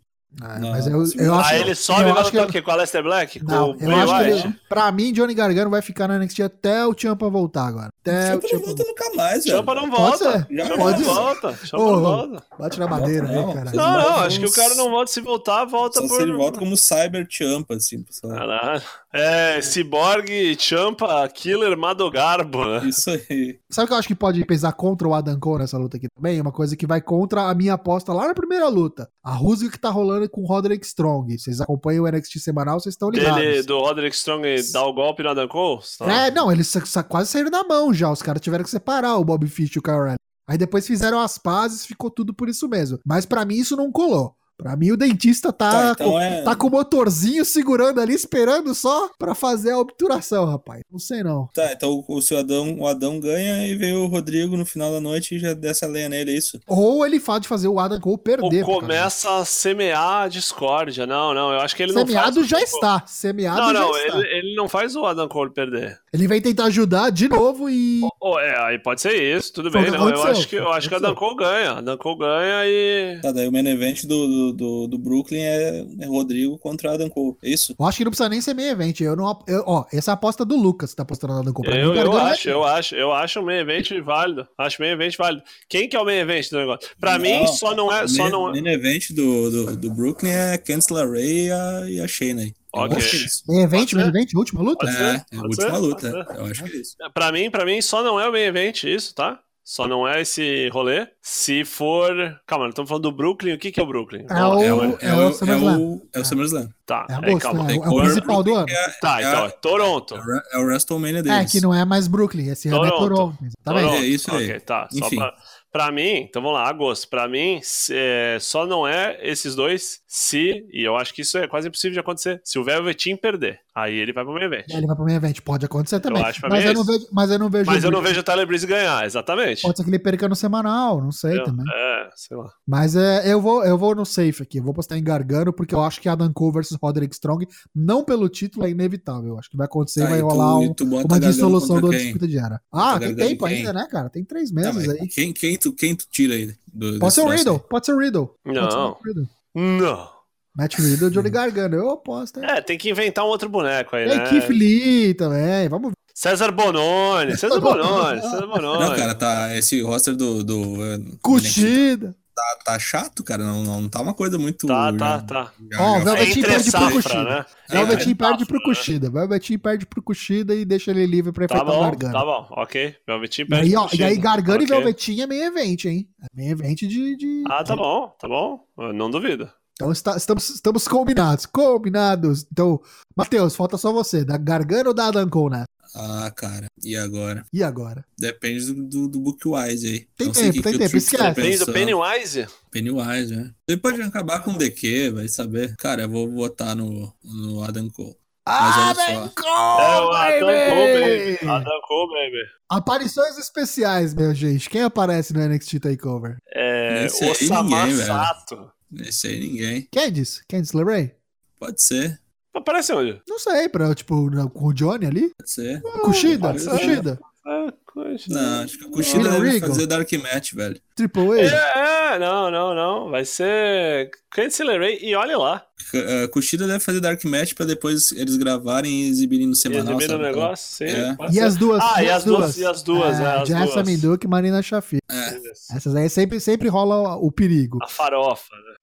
Ah,
Não,
mas eu,
sim.
eu
Ah,
acho
Aí ele sobe
eu
e vai
acho que
lutar o
ele-
quê? Com o Aleister Black?
Não,
com o
eu
Bray
acho que
Wyatt?
ele, pra mim, Johnny Gargano vai ficar na NXT até o Champa voltar agora. Até
Champa
o
não
Champa
volta nunca mais, velho.
Champa não
Pode
volta.
ser.
Champa
É, tipo, Pode
não
ser.
volta. Champa
Ô,
não volta.
Bate na madeira aí,
Não,
cara.
Não,
Mas
não,
vamos-
acho que o cara não volta. né? Se voltar, volta
Só
por.
se ele volta como Cyber Champa, assim. pessoal.
Caralho. É, Cyborg, Champa, Killer, Madogarbo. né?
Isso aí.
Sabe o que eu acho que pode pesar contra o Adam Cole nessa luta aqui também? Uma coisa que vai contra a minha aposta lá na primeira luta. A rusga que tá rolando com o Roderick Strong. Vocês acompanham o NXT semanal, vocês estão ligados.
Dele, do Roderick Strong dar o golpe no Adam Cole? Tá.
É, não, eles sa- sa- quase saíram na mão já. Os caras tiveram que separar o Bob Fish e o Kyle O'Reilly. Aí depois fizeram as pazes, ficou tudo por isso mesmo. Mas pra mim isso não colou. Pra mim o dentista tá,
Tá, então
com,
é-
tá com o motorzinho segurando ali, esperando só pra fazer a obturação, rapaz. Não sei não.
Tá, então o seu Adão, o Adão ganha e veio o Rodrigo no final da noite e já desce a lenha nele, é isso?
Ou ele fala de fazer o Adam Cole perder. por
Ou
causa disso.
começa a semear a discórdia. Não, não, eu acho que ele
Semeado
não faz.
já está. Semeado
Não, não,
já está.
ele, ele não faz o Adam Cole perder.
Ele vem tentar ajudar de novo e.
Ou, é, aí pode ser isso, tudo
Foi o
bem.
que
Não, eu
aconteceu,
acho que
foi o
eu
que
acho que o Adam Cole ganha. Adam Cole ganha e.
Tá, daí o main event do, do, do, do Brooklyn é, é Rodrigo contra Adam Cole, é isso?
Eu acho que não precisa nem ser meio evento. Eu não, ap- eu- ó, essa é a aposta do Lucas que tá apostando nada comprar.
Eu, eu acho, eu acho, eu acho o main event válido. Acho o main event válido. Quem que é o main event do negócio? Pra
Não,
mim, só não é. Só
main-
não é.
main event do, do, do Brooklyn é a Kansler Ray e a, e a Shayna. aí. Eu
Ok.
acho que é isso.
Meio evento,
Pode
meio evento, última luta?
Pode
é,
ser,
é a
pode
última
ser,
luta.
pode
Eu acho que é isso.
Pra mim, pra mim, só não é o main event isso, tá? Só não é esse rolê. Se for. Calma, nós estamos falando do Brooklyn. O que, que é o Brooklyn?
É o-
Vamos lá,
É
o
o, é
SummerSlam.
o, é o SummerSlam.
Tá,
É
é,
agosto,
calma.
né?
Tem
o
Cor-
principal do
Brooklyn, é-
Tá,
é
então,
a-
é Toronto.
É o Ra- é o WrestleMania
É,
deles.
que não é mais Brooklyn, esse ano é
Toronto.
Toronto. Exatamente.
Toronto,
É isso aí.
ok, tá. Só
Enfim.
pra, pra mim, então vamos lá, agosto. Pra mim, se- é, só não é esses dois se, e eu acho que isso é quase impossível de acontecer, se o Velveteen perder. Aí ele vai pro main event.
Aí Ele vai pro meio evento, pode acontecer também.
acho pra
mas,
mim é
eu não
isso.
vejo, mas eu não vejo.
Mas eu não
Brooklyn.
vejo o Tyler Breeze ganhar, exatamente.
Pode ser que ele perca no semanal, não sei
Eu-
também.
é, sei lá.
Mas é, eu, vou, eu vou no safe aqui, eu vou postar em Gargano, porque eu acho que Adam Cole versus Roderick Strong, não pelo título, é inevitável. Eu acho que vai acontecer,
Tá,
vai
e tu-
rolar um-
e tu bota
uma
Gargano
dissolução do
contra quem?
disputa de era. Ah,
Bota
tem
Gargano
tempo
quem?
ainda, né, cara? Tem três
Tá,
meses
mas assim.
aí.
Quem, quem, tu, quem tu tira aí? do-
Pode
desse
ser o
troço
Riddle,
aí?
pode ser o Riddle. Pode ser o
Não.
Matt Riddle.
Não.
Matt Riddle,
Hum.
Johnny Gargano, eu aposto. hein?
É, tem que inventar um outro boneco aí,
E aí,
né?
Keith Lee também, vamos ver.
César Bononi, César Bononi, César Bononi.
Não, cara, tá. Esse roster do. do é,
Curtida.
tá, tá chato, cara. Não, não tá uma coisa muito.
Tá, tá, tá.
Ó,
Já- já-
o Velvet- Velveteen
entre
perde pro
safra,
Kushida.
né?
Velvetin
Entre
perde
safra,
pro Cuxida. Velvetin perde pro Cuxida e deixa ele livre pra
Tá
enfrentar o
bom,
Gargano.
tá bom, ok. Velvetin
E
perde
aí, ó,
pro
e aí
Kushida.
Gargano
Ok.
e Velvetin é meio evento, hein? É meio evento de. de-
Ah, tá bom, tá bom. Eu não duvido.
Então está- estamos, estamos combinados. Combinados. Então, Matheus, falta só você. Da Gargano ou da Adam Cole, né?
Ah, cara. E agora?
E agora?
Depende do, do, do Bookwise aí.
Tem
Não sei
tempo,
que
tem
que o
tempo,
Trips tá
esquece.
Tem do
pensando.
Pennywise?
Pennywise, né? Ele pode acabar com o DQ, vai saber. Cara, eu vou votar no, no Adam Cole. Mas olha só.
É o Adam
baby!
Cole, baby. Adam Cole, baby.
Aparições especiais, meu gente. Quem aparece no NXT Takeover?
É,
Esse aí
Osama
ninguém, velho.
Sato.
Esse aí ninguém.
Candice? Candice LeRae?
Pode ser,
Aparece onde?
Não sei, pra, tipo, na- com o Johnny ali?
pode ser.
Cuxida?
pode ser.
Cuxida?
Ah, coisa.
Não, acho que o
William
Kushida deve
Regal.
fazer Dark Match, velho.
Triple A?
É, é, não, não, não. Vai ser Canceler Ray e olha lá.
K- uh, Kushida deve fazer Dark Match pra depois eles gravarem e exibirem no semanal,
Exibindo o
sabe?
negócio, sim.
É.
pode
E
ser.
as duas?
Ah, e
duas,
as duas, e as duas,
É,
é, as
Jessamine
duas.
Duke e Marina Shafir.
É,
Essas aí sempre, sempre rola o perigo.
A farofa, né?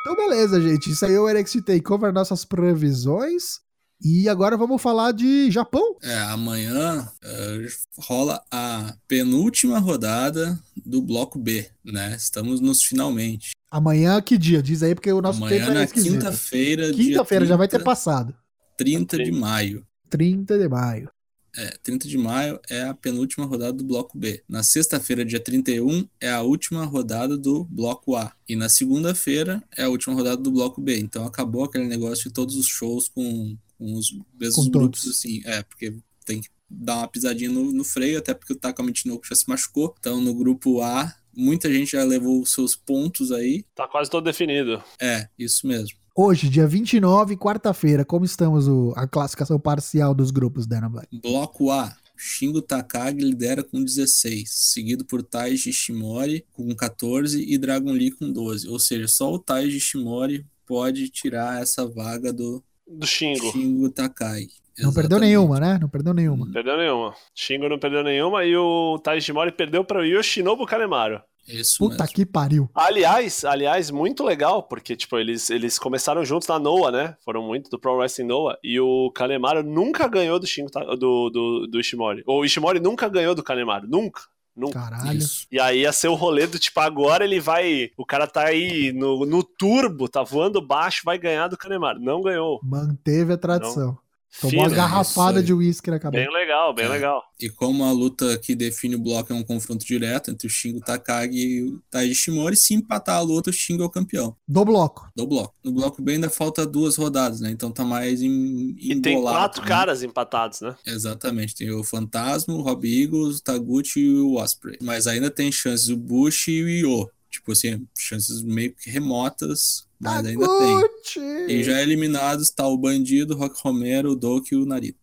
Então, beleza, gente. Isso aí é o NXT Takeover, nossas previsões. E agora vamos falar de Japão.
é, amanhã uh, rola a penúltima rodada do bloco B, né? Estamos nos finalmente.
Amanhã, que dia? Diz aí, porque o nosso
amanhã
tempo é
na
esquisito.
quinta-feira, dia
Quinta-feira já vai ter
30,
passado.
30 de maio.
30 de maio.
É, 30 de maio é a penúltima rodada do bloco B. Na sexta-feira, dia 31, é a última rodada do bloco A. E na segunda-feira é a última rodada do bloco B. Então acabou aquele negócio de todos os shows com, com os mesmos
Com todos.
grupos, assim. É, porque tem que dar uma pisadinha no, no freio, até porque o Taka Michinoku já se machucou. Então no grupo A, muita gente já levou os seus pontos aí.
Tá quase todo definido.
É, isso mesmo.
Hoje, dia 29, quarta-feira, como estamos o- a classificação parcial dos grupos, né, Dana Black?
Bloco A. Shingo Takagi lidera com 16, seguido por Taiji Shimori com 14 e Dragon Lee com 12. Ou seja, só o Taiji Shimori pode tirar essa vaga do
Do Xingo.
Shingo Takagi.
Não perdeu
Exatamente.
nenhuma, né? Não perdeu nenhuma.
Perdeu nenhuma. Xingo não perdeu nenhuma e o Taishimori perdeu para o Yoshinobu Kanemaru.
Isso
Puta
mesmo.
que pariu.
Aliás, aliás, muito legal, porque, tipo, eles, eles começaram juntos na Noah, né? Foram muito do Pro Wrestling Noah. E o Kanemaru nunca ganhou do, Shinko, Ta- do, do, do Ishimori. Ou o Ishimori nunca ganhou do Kanemaru. Nunca. Nunca.
Caralho.
Isso.
E aí ia ser o rolê do tipo, agora ele vai. O cara tá aí no, no turbo, tá voando baixo, vai ganhar do Canemar. Não ganhou.
Manteve a tradição. Tomou uma
Fino.
garrafada
Isso aí.
de uísque na cabeça.
Bem legal, bem
É.
legal.
E como a luta que define o bloco é um confronto direto entre o Shingo Takagi e o Taiji Shimori, se empatar a luta, o Shingo é o campeão
Do bloco.
do bloco. No bloco B ainda falta duas rodadas, né? Então tá mais em,
E tem
embolado,
quatro
né?
caras empatados, né?
Exatamente, tem o Fantasma, o Rob Eagles, o Taguchi e o Osprey. Mas ainda tem chances o Bush e o Io. Tipo assim, chances meio que remotas, mas ainda tem.
Taguchi!
E já eliminados tá o Bandido, o Rock Romero, o Doki e o Narito.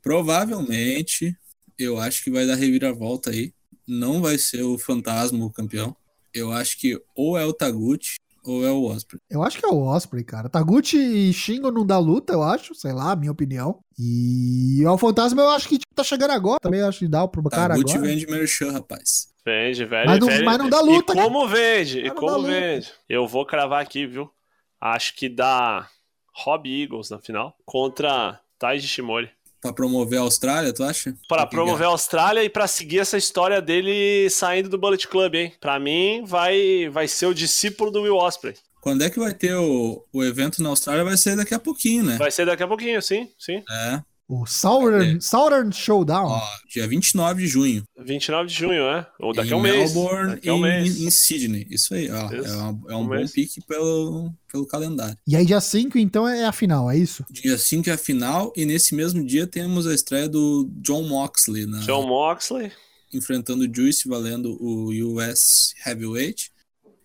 Provavelmente, eu acho que vai dar reviravolta aí. Não vai ser o Fantasma o campeão. Eu acho que ou é o Taguchi ou é o Osprey.
Eu acho que é o Osprey, cara. Taguchi e Shingo não dá luta, eu acho. Sei lá, minha opinião. E é o Fantasma eu acho que tipo, tá chegando agora. Também acho que dá pro cara
Taguchi
agora.
vende merchan, rapaz.
Vende, velho.
Mas não-
velho.
mas não dá luta,
E como
Mas
vende, e
não dá
como
luta.
vende. Eu vou cravar aqui, viu? Acho que dá Rob Eagles na final contra Taiji Shimori.
Pra promover a Austrália, tu acha?
Pra
Tá
promover a Austrália e pra seguir essa história dele saindo do Bullet Club, hein? Pra mim, vai, vai ser o discípulo do Will Osprey.
Quando é que vai ter o, o evento na Austrália? Vai ser daqui a pouquinho, né?
Vai ser daqui a pouquinho, sim, sim.
É.
O Southern, Southern Showdown.
Ó, dia 29 de junho.
29 de junho, é? Ou daqui a
em
um mês.
Melbourne
Daqui a um
e
mês.
em Sydney. Isso aí, ó.
Isso.
É, uma- é um
Um
bom
mês.
pique pelo, pelo calendário.
E aí, dia 5, então, é a final, é isso?
Dia 5 é a final, e nesse mesmo dia temos a estreia do John Moxley, na,
John Moxley.
enfrentando o Juice, valendo o US Heavyweight.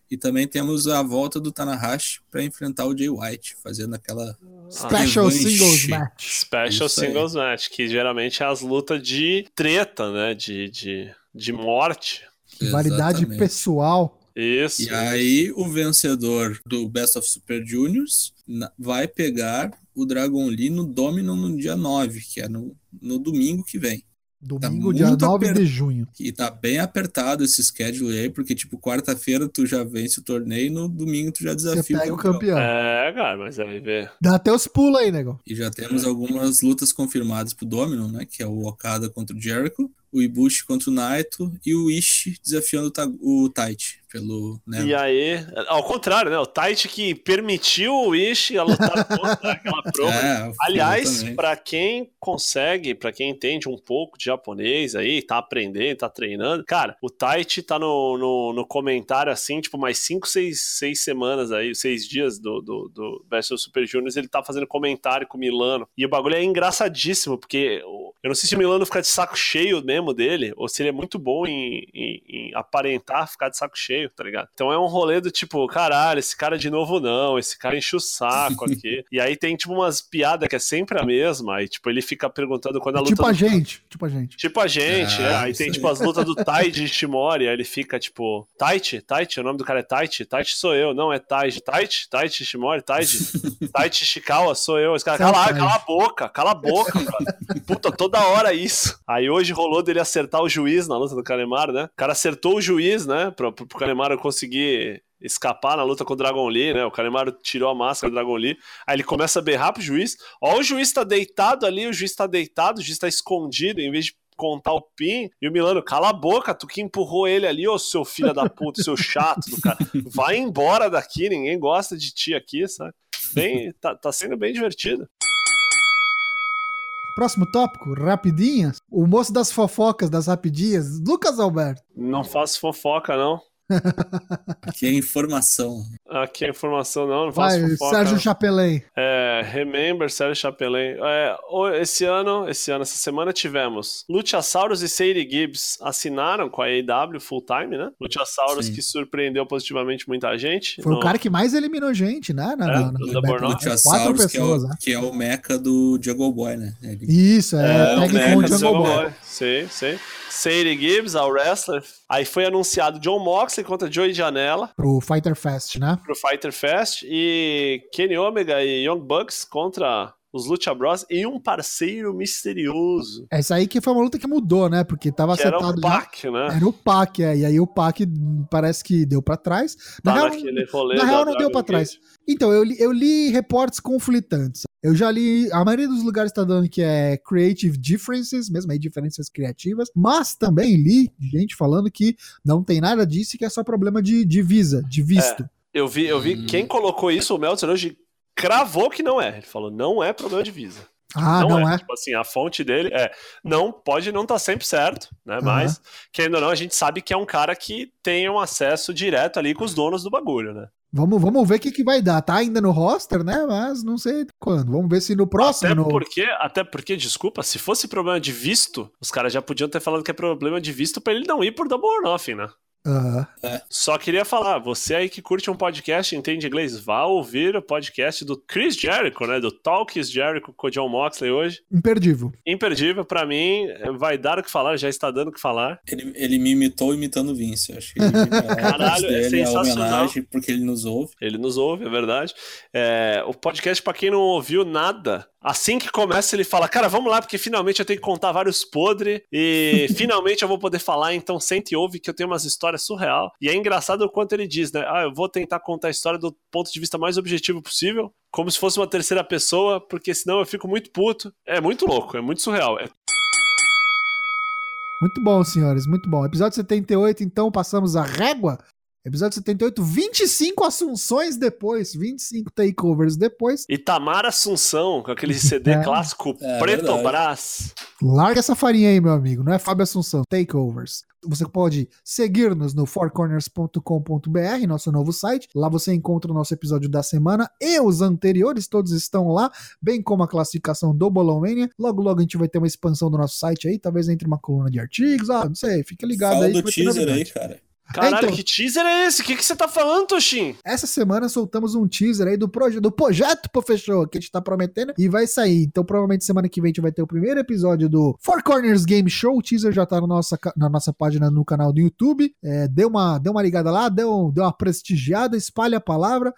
E também temos a volta do Tanahashi para enfrentar o Jay White, fazendo aquela.
Special
revanche.
Singles Match.
Special
Isso aí.
Singles Match, que geralmente é as lutas de treta, né? De, de, de morte.
Validade
Exatamente.
pessoal.
Isso.
E aí, o vencedor do Best of Super Juniors na- vai pegar o Dragon Lee no Dominion no dia 9, que é no, no domingo que vem.
Domingo,
Tá
dia
muito
9
aper-
de junho.
E tá bem apertado esse schedule aí, porque, tipo, quarta-feira tu já vence o torneio, no domingo tu já
Você
desafia
pega o
campeão.
campeão.
É, cara, mas aí vê.
Dá até os pulos aí, negão.
E já temos algumas lutas confirmadas pro Dominion, né? Que é o Okada contra o Jericho, o Ibushi contra o Naito e o Ishi desafiando o Ta- o Taichi pelo... Né,
E aí, ao contrário, né? O Taichi que permitiu o Ishi a lutar contra aquela promo.
é,
Aliás,
exatamente.
pra quem consegue, pra quem entende um pouco de japonês aí, tá aprendendo, tá treinando, cara, o Taichi tá no, no, no comentário assim, tipo, mais 5, 6 semanas aí, 6 dias do, do, do Best of Super Juniors, ele tá fazendo comentário com o Milano. E o bagulho é engraçadíssimo, porque o- eu não sei se o Milano fica de saco cheio mesmo dele, ou se ele é muito bom em, em- em aparentar ficar de saco cheio, tá ligado? Então é um rolê do tipo, caralho, esse cara de novo não, esse cara enche o saco aqui. e aí tem, tipo, umas piadas que é sempre a mesma, aí, tipo, ele fica perguntando quando a luta
Tipo a
do-
gente. Tipo a gente.
Tipo a gente,
Ah,
né? Aí
isso
tem,
aí.
tipo, as lutas do Taiji e Shimori, aí ele fica, tipo, Taichi, Taichi, o nome do cara é Taichi, Taichi sou eu, não, é Taiji, Taichi, Taichi Shimori, Taiji, Taichi Shikawa sou eu. Os caras,
Seu
cala,
Taiji."
cala a boca, cala a boca, brother. Puta, toda hora isso. Aí hoje rolou dele acertar o juiz na luta do Canemaro, né? O cara acertou o juiz, né, pro, pro Canemaro conseguir... Escapar na luta com o Dragon Lee, né? O Canemaro tirou a máscara do Dragon Lee. Aí ele começa a berrar pro juiz. Ó, o juiz tá deitado ali, o juiz tá deitado, o juiz tá escondido, em vez de contar o PIN. E o Milano, cala a boca, tu que empurrou ele ali, ô seu filho da puta, seu chato do cara. Vai embora daqui, ninguém gosta de ti aqui, sabe? Bem, tá, tá sendo bem divertido.
Próximo tópico, rapidinhas. O moço das fofocas, das rapidinhas, Lucas Alberto.
Não faço fofoca, não.
Aqui é informação.
Aqui é informação, não. Não faço
Vai,
fofoca.
Sérgio
não.
Chapelém.
É, Remember, Sérgio Chapelin. É, o- esse ano, esse ano, essa semana tivemos Luchasaurus e Sadie Gibbs assinaram com a AEW full time, né? Luchasaurus
Sim.
que surpreendeu positivamente muita gente.
Foi
No-
o cara que mais eliminou gente, né? Na,
É,
na- na-
do
na-
Bornau.
quatro
Luchasaurus, que, é
pessoas,
o-
né?
que é o meca do Jungle Boy, né? Ele-
Isso, é,
É, o
tag
Mecha
com o
do
Jungle
Jungle
Boy.
Boy. Sim, sim. Sadie Gibbs, a wrestler. Aí foi anunciado John Moxley contra Joey Janela
Pro Fighter Fest, né?
pro Fighter Fest e Kenny Omega e Young Bucks contra os Lucha Bros e um parceiro misterioso.
Essa aí que foi uma luta que mudou, né? Porque tava
Que era o
acertado. já.
Pac, né?
Era o Pac, é. E aí o Pac parece que deu pra trás. Na
Tá
real,
naquele rolê
na
da
real, não deu
Dragon
pra
Gate.
trás. Então, eu li, eu li reportes conflitantes. Eu já li. A maioria dos lugares tá dando que é Creative Differences, mesmo aí diferenças criativas. Mas também li gente falando que não tem nada disso e que é só problema de, de visa, de visto.
Eu vi, eu vi
Hum.
quem colocou isso, o Meltzer hoje cravou que não é. Ele falou, não é problema de visa.
Ah, não, é.
Tipo assim, a fonte dele é. Não, pode não estar sempre certo, né? Mas, querendo ou não, a gente sabe que é um cara que tem um acesso direto ali com os donos do bagulho, né?
Vamos, vamos ver o que, que vai dar. Tá ainda no roster, né? Mas não sei quando. Vamos ver se no próximo.
até,
no-
porque, até porque, desculpa, se fosse problema de visto, os caras já podiam ter falado que é problema de visto pra ele não ir por double or nothing, né?
Aham.
Só queria falar, você aí que curte um podcast e entende inglês, vá ouvir o podcast do Chris Jericho, né? Do Talks Jericho com o John Moxley hoje.
imperdível.
Imperdível, pra mim, vai dar o que falar, já está dando o que falar.
Ele, ele me imitou imitando o Vince. Eu acho que ele imita a
Caralho,
voz
é
dele, a
sensacional.
homenagem, porque ele nos ouve.
Ele nos ouve, é verdade. É, o podcast, pra quem não ouviu nada, assim que começa, ele fala: Cara, vamos lá, porque finalmente eu tenho que contar vários podres e finalmente eu vou poder falar. Então, sente e ouve que eu tenho umas histórias surreal. E é engraçado o quanto ele diz, né? Ah, eu vou tentar contar a história do ponto de vista mais objetivo possível, como se fosse uma terceira pessoa, porque senão eu fico muito puto. É muito louco, é muito surreal. É
Muito bom, senhores, muito bom. Episódio 78, então, passamos a régua. Episódio 78, 25 assunções depois, 25 takeovers depois.
Itamar Assunção, com aquele CD
É.
clássico
É,
Pretobras.
Larga essa farinha aí, meu amigo. Não é Fábio Assunção, takeovers. Você pode seguir-nos no fourcorners.com.br, nosso novo site. Lá você encontra o nosso episódio da semana e os anteriores, todos estão lá, bem como a classificação do Bolomania. Logo, logo a gente vai ter uma expansão do nosso site aí, talvez entre uma coluna de artigos, ah, não sei, fica ligado
Fala
aí.
do
que vai ter
teaser
novidade.
aí, cara.
Caralho,
então.
que teaser é esse? O que, que você tá falando, Toshin?
Essa semana soltamos um teaser aí do, proje do projeto Professor que a gente tá prometendo e vai sair. Então, provavelmente semana que vem a gente vai ter o primeiro episódio do Four Corners Game Show. O teaser já tá na nossa, ca- na nossa página no canal do YouTube. É, dê, uma, dê uma ligada lá, dê, um- dê uma prestigiada, espalha a palavra.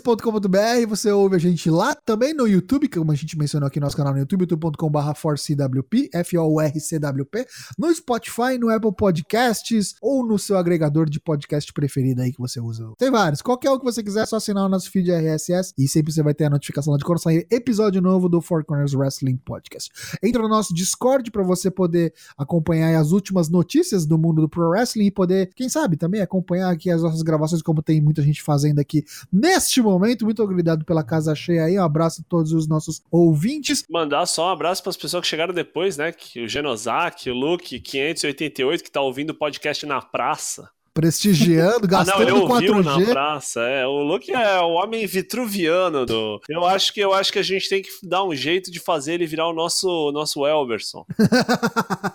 fourcorners.com.br, você ouve a gente lá também no YouTube, como a gente mencionou aqui no nosso canal no YouTube, youtube.com.br forcwp, F-O-R-C-W-P no Spotify, no Apple Podcasts ou no seu agregador de podcast preferido aí que você usa. Tem vários. Qualquer um que você quiser, é só assinar o nosso feed RSS e sempre você vai ter a notificação lá de quando sair episódio novo do Four Corners Wrestling Podcast. Entra no nosso Discord para você poder acompanhar aí as últimas notícias do mundo do Pro Wrestling e poder, quem sabe, também acompanhar aqui as nossas gravações, como tem muita gente fazendo aqui neste momento. Muito obrigado pela casa cheia aí. Um abraço a todos os nossos ouvintes.
mandar só um abraço para as pessoas que chegaram depois, né? Que o Genosaki, o Luke, 588, que tá ouvindo o podcast na praça.
Prestigiando,
ah, não, ele
gastando
ouviu na
4G.
praça. É, o Luke é o homem vitruviano do. Eu acho que eu acho que a gente tem que dar um jeito de fazer ele virar o nosso o nosso Elberson.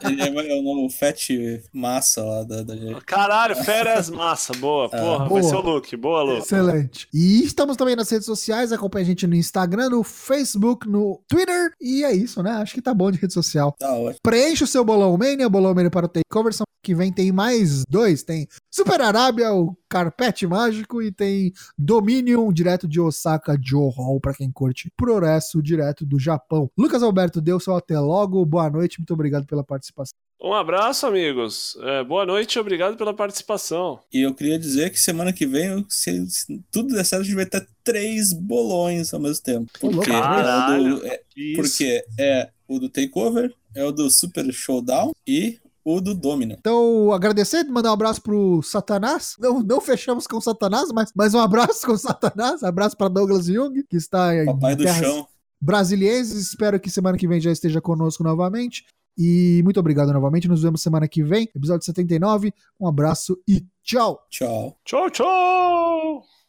Ele é o novo Fat Massa lá da, da...
Caralho, férias massa, boa, porra,
É, boa.
vai ser o Luke, boa Luke.
Excelente. E estamos também nas redes sociais, acompanha a gente no Instagram, no Facebook, no Twitter. E é isso, né? Acho que tá bom de rede social.
Tá ótimo.
Preencha o seu Bolão Mania, Bolão Mania para o Takeover. Semana que vem tem mais dois. Tem Super Arábia, o Carpete Mágico e tem Dominion, direto de Osaka, Joe Hall, pra quem curte Progresso, direto do Japão. Lucas Alberto deu seu até logo. Boa noite, muito obrigado pela participação.
Um abraço, amigos. É, boa noite, e obrigado pela participação.
E eu queria dizer que semana que vem, eu- se, se tudo der certo, a gente vai ter três bolões ao mesmo tempo.
Ô, louco.
Porque, é o
Caralho.
do, é,
Isso.
porque é o do Takeover, é o do Super Showdown e o do Domino.
Então, agradecer, mandar um abraço pro Satanás. Não, não fechamos com o Satanás, mas, mas um abraço com o Satanás. Abraço pra Douglas Jung, que está em
Papai do
terras
Chão.
brasilienses. Espero que semana que vem já esteja conosco novamente. E muito obrigado novamente. Nos vemos semana que vem, episódio 79. Um abraço e tchau!
Tchau.
Tchau, tchau.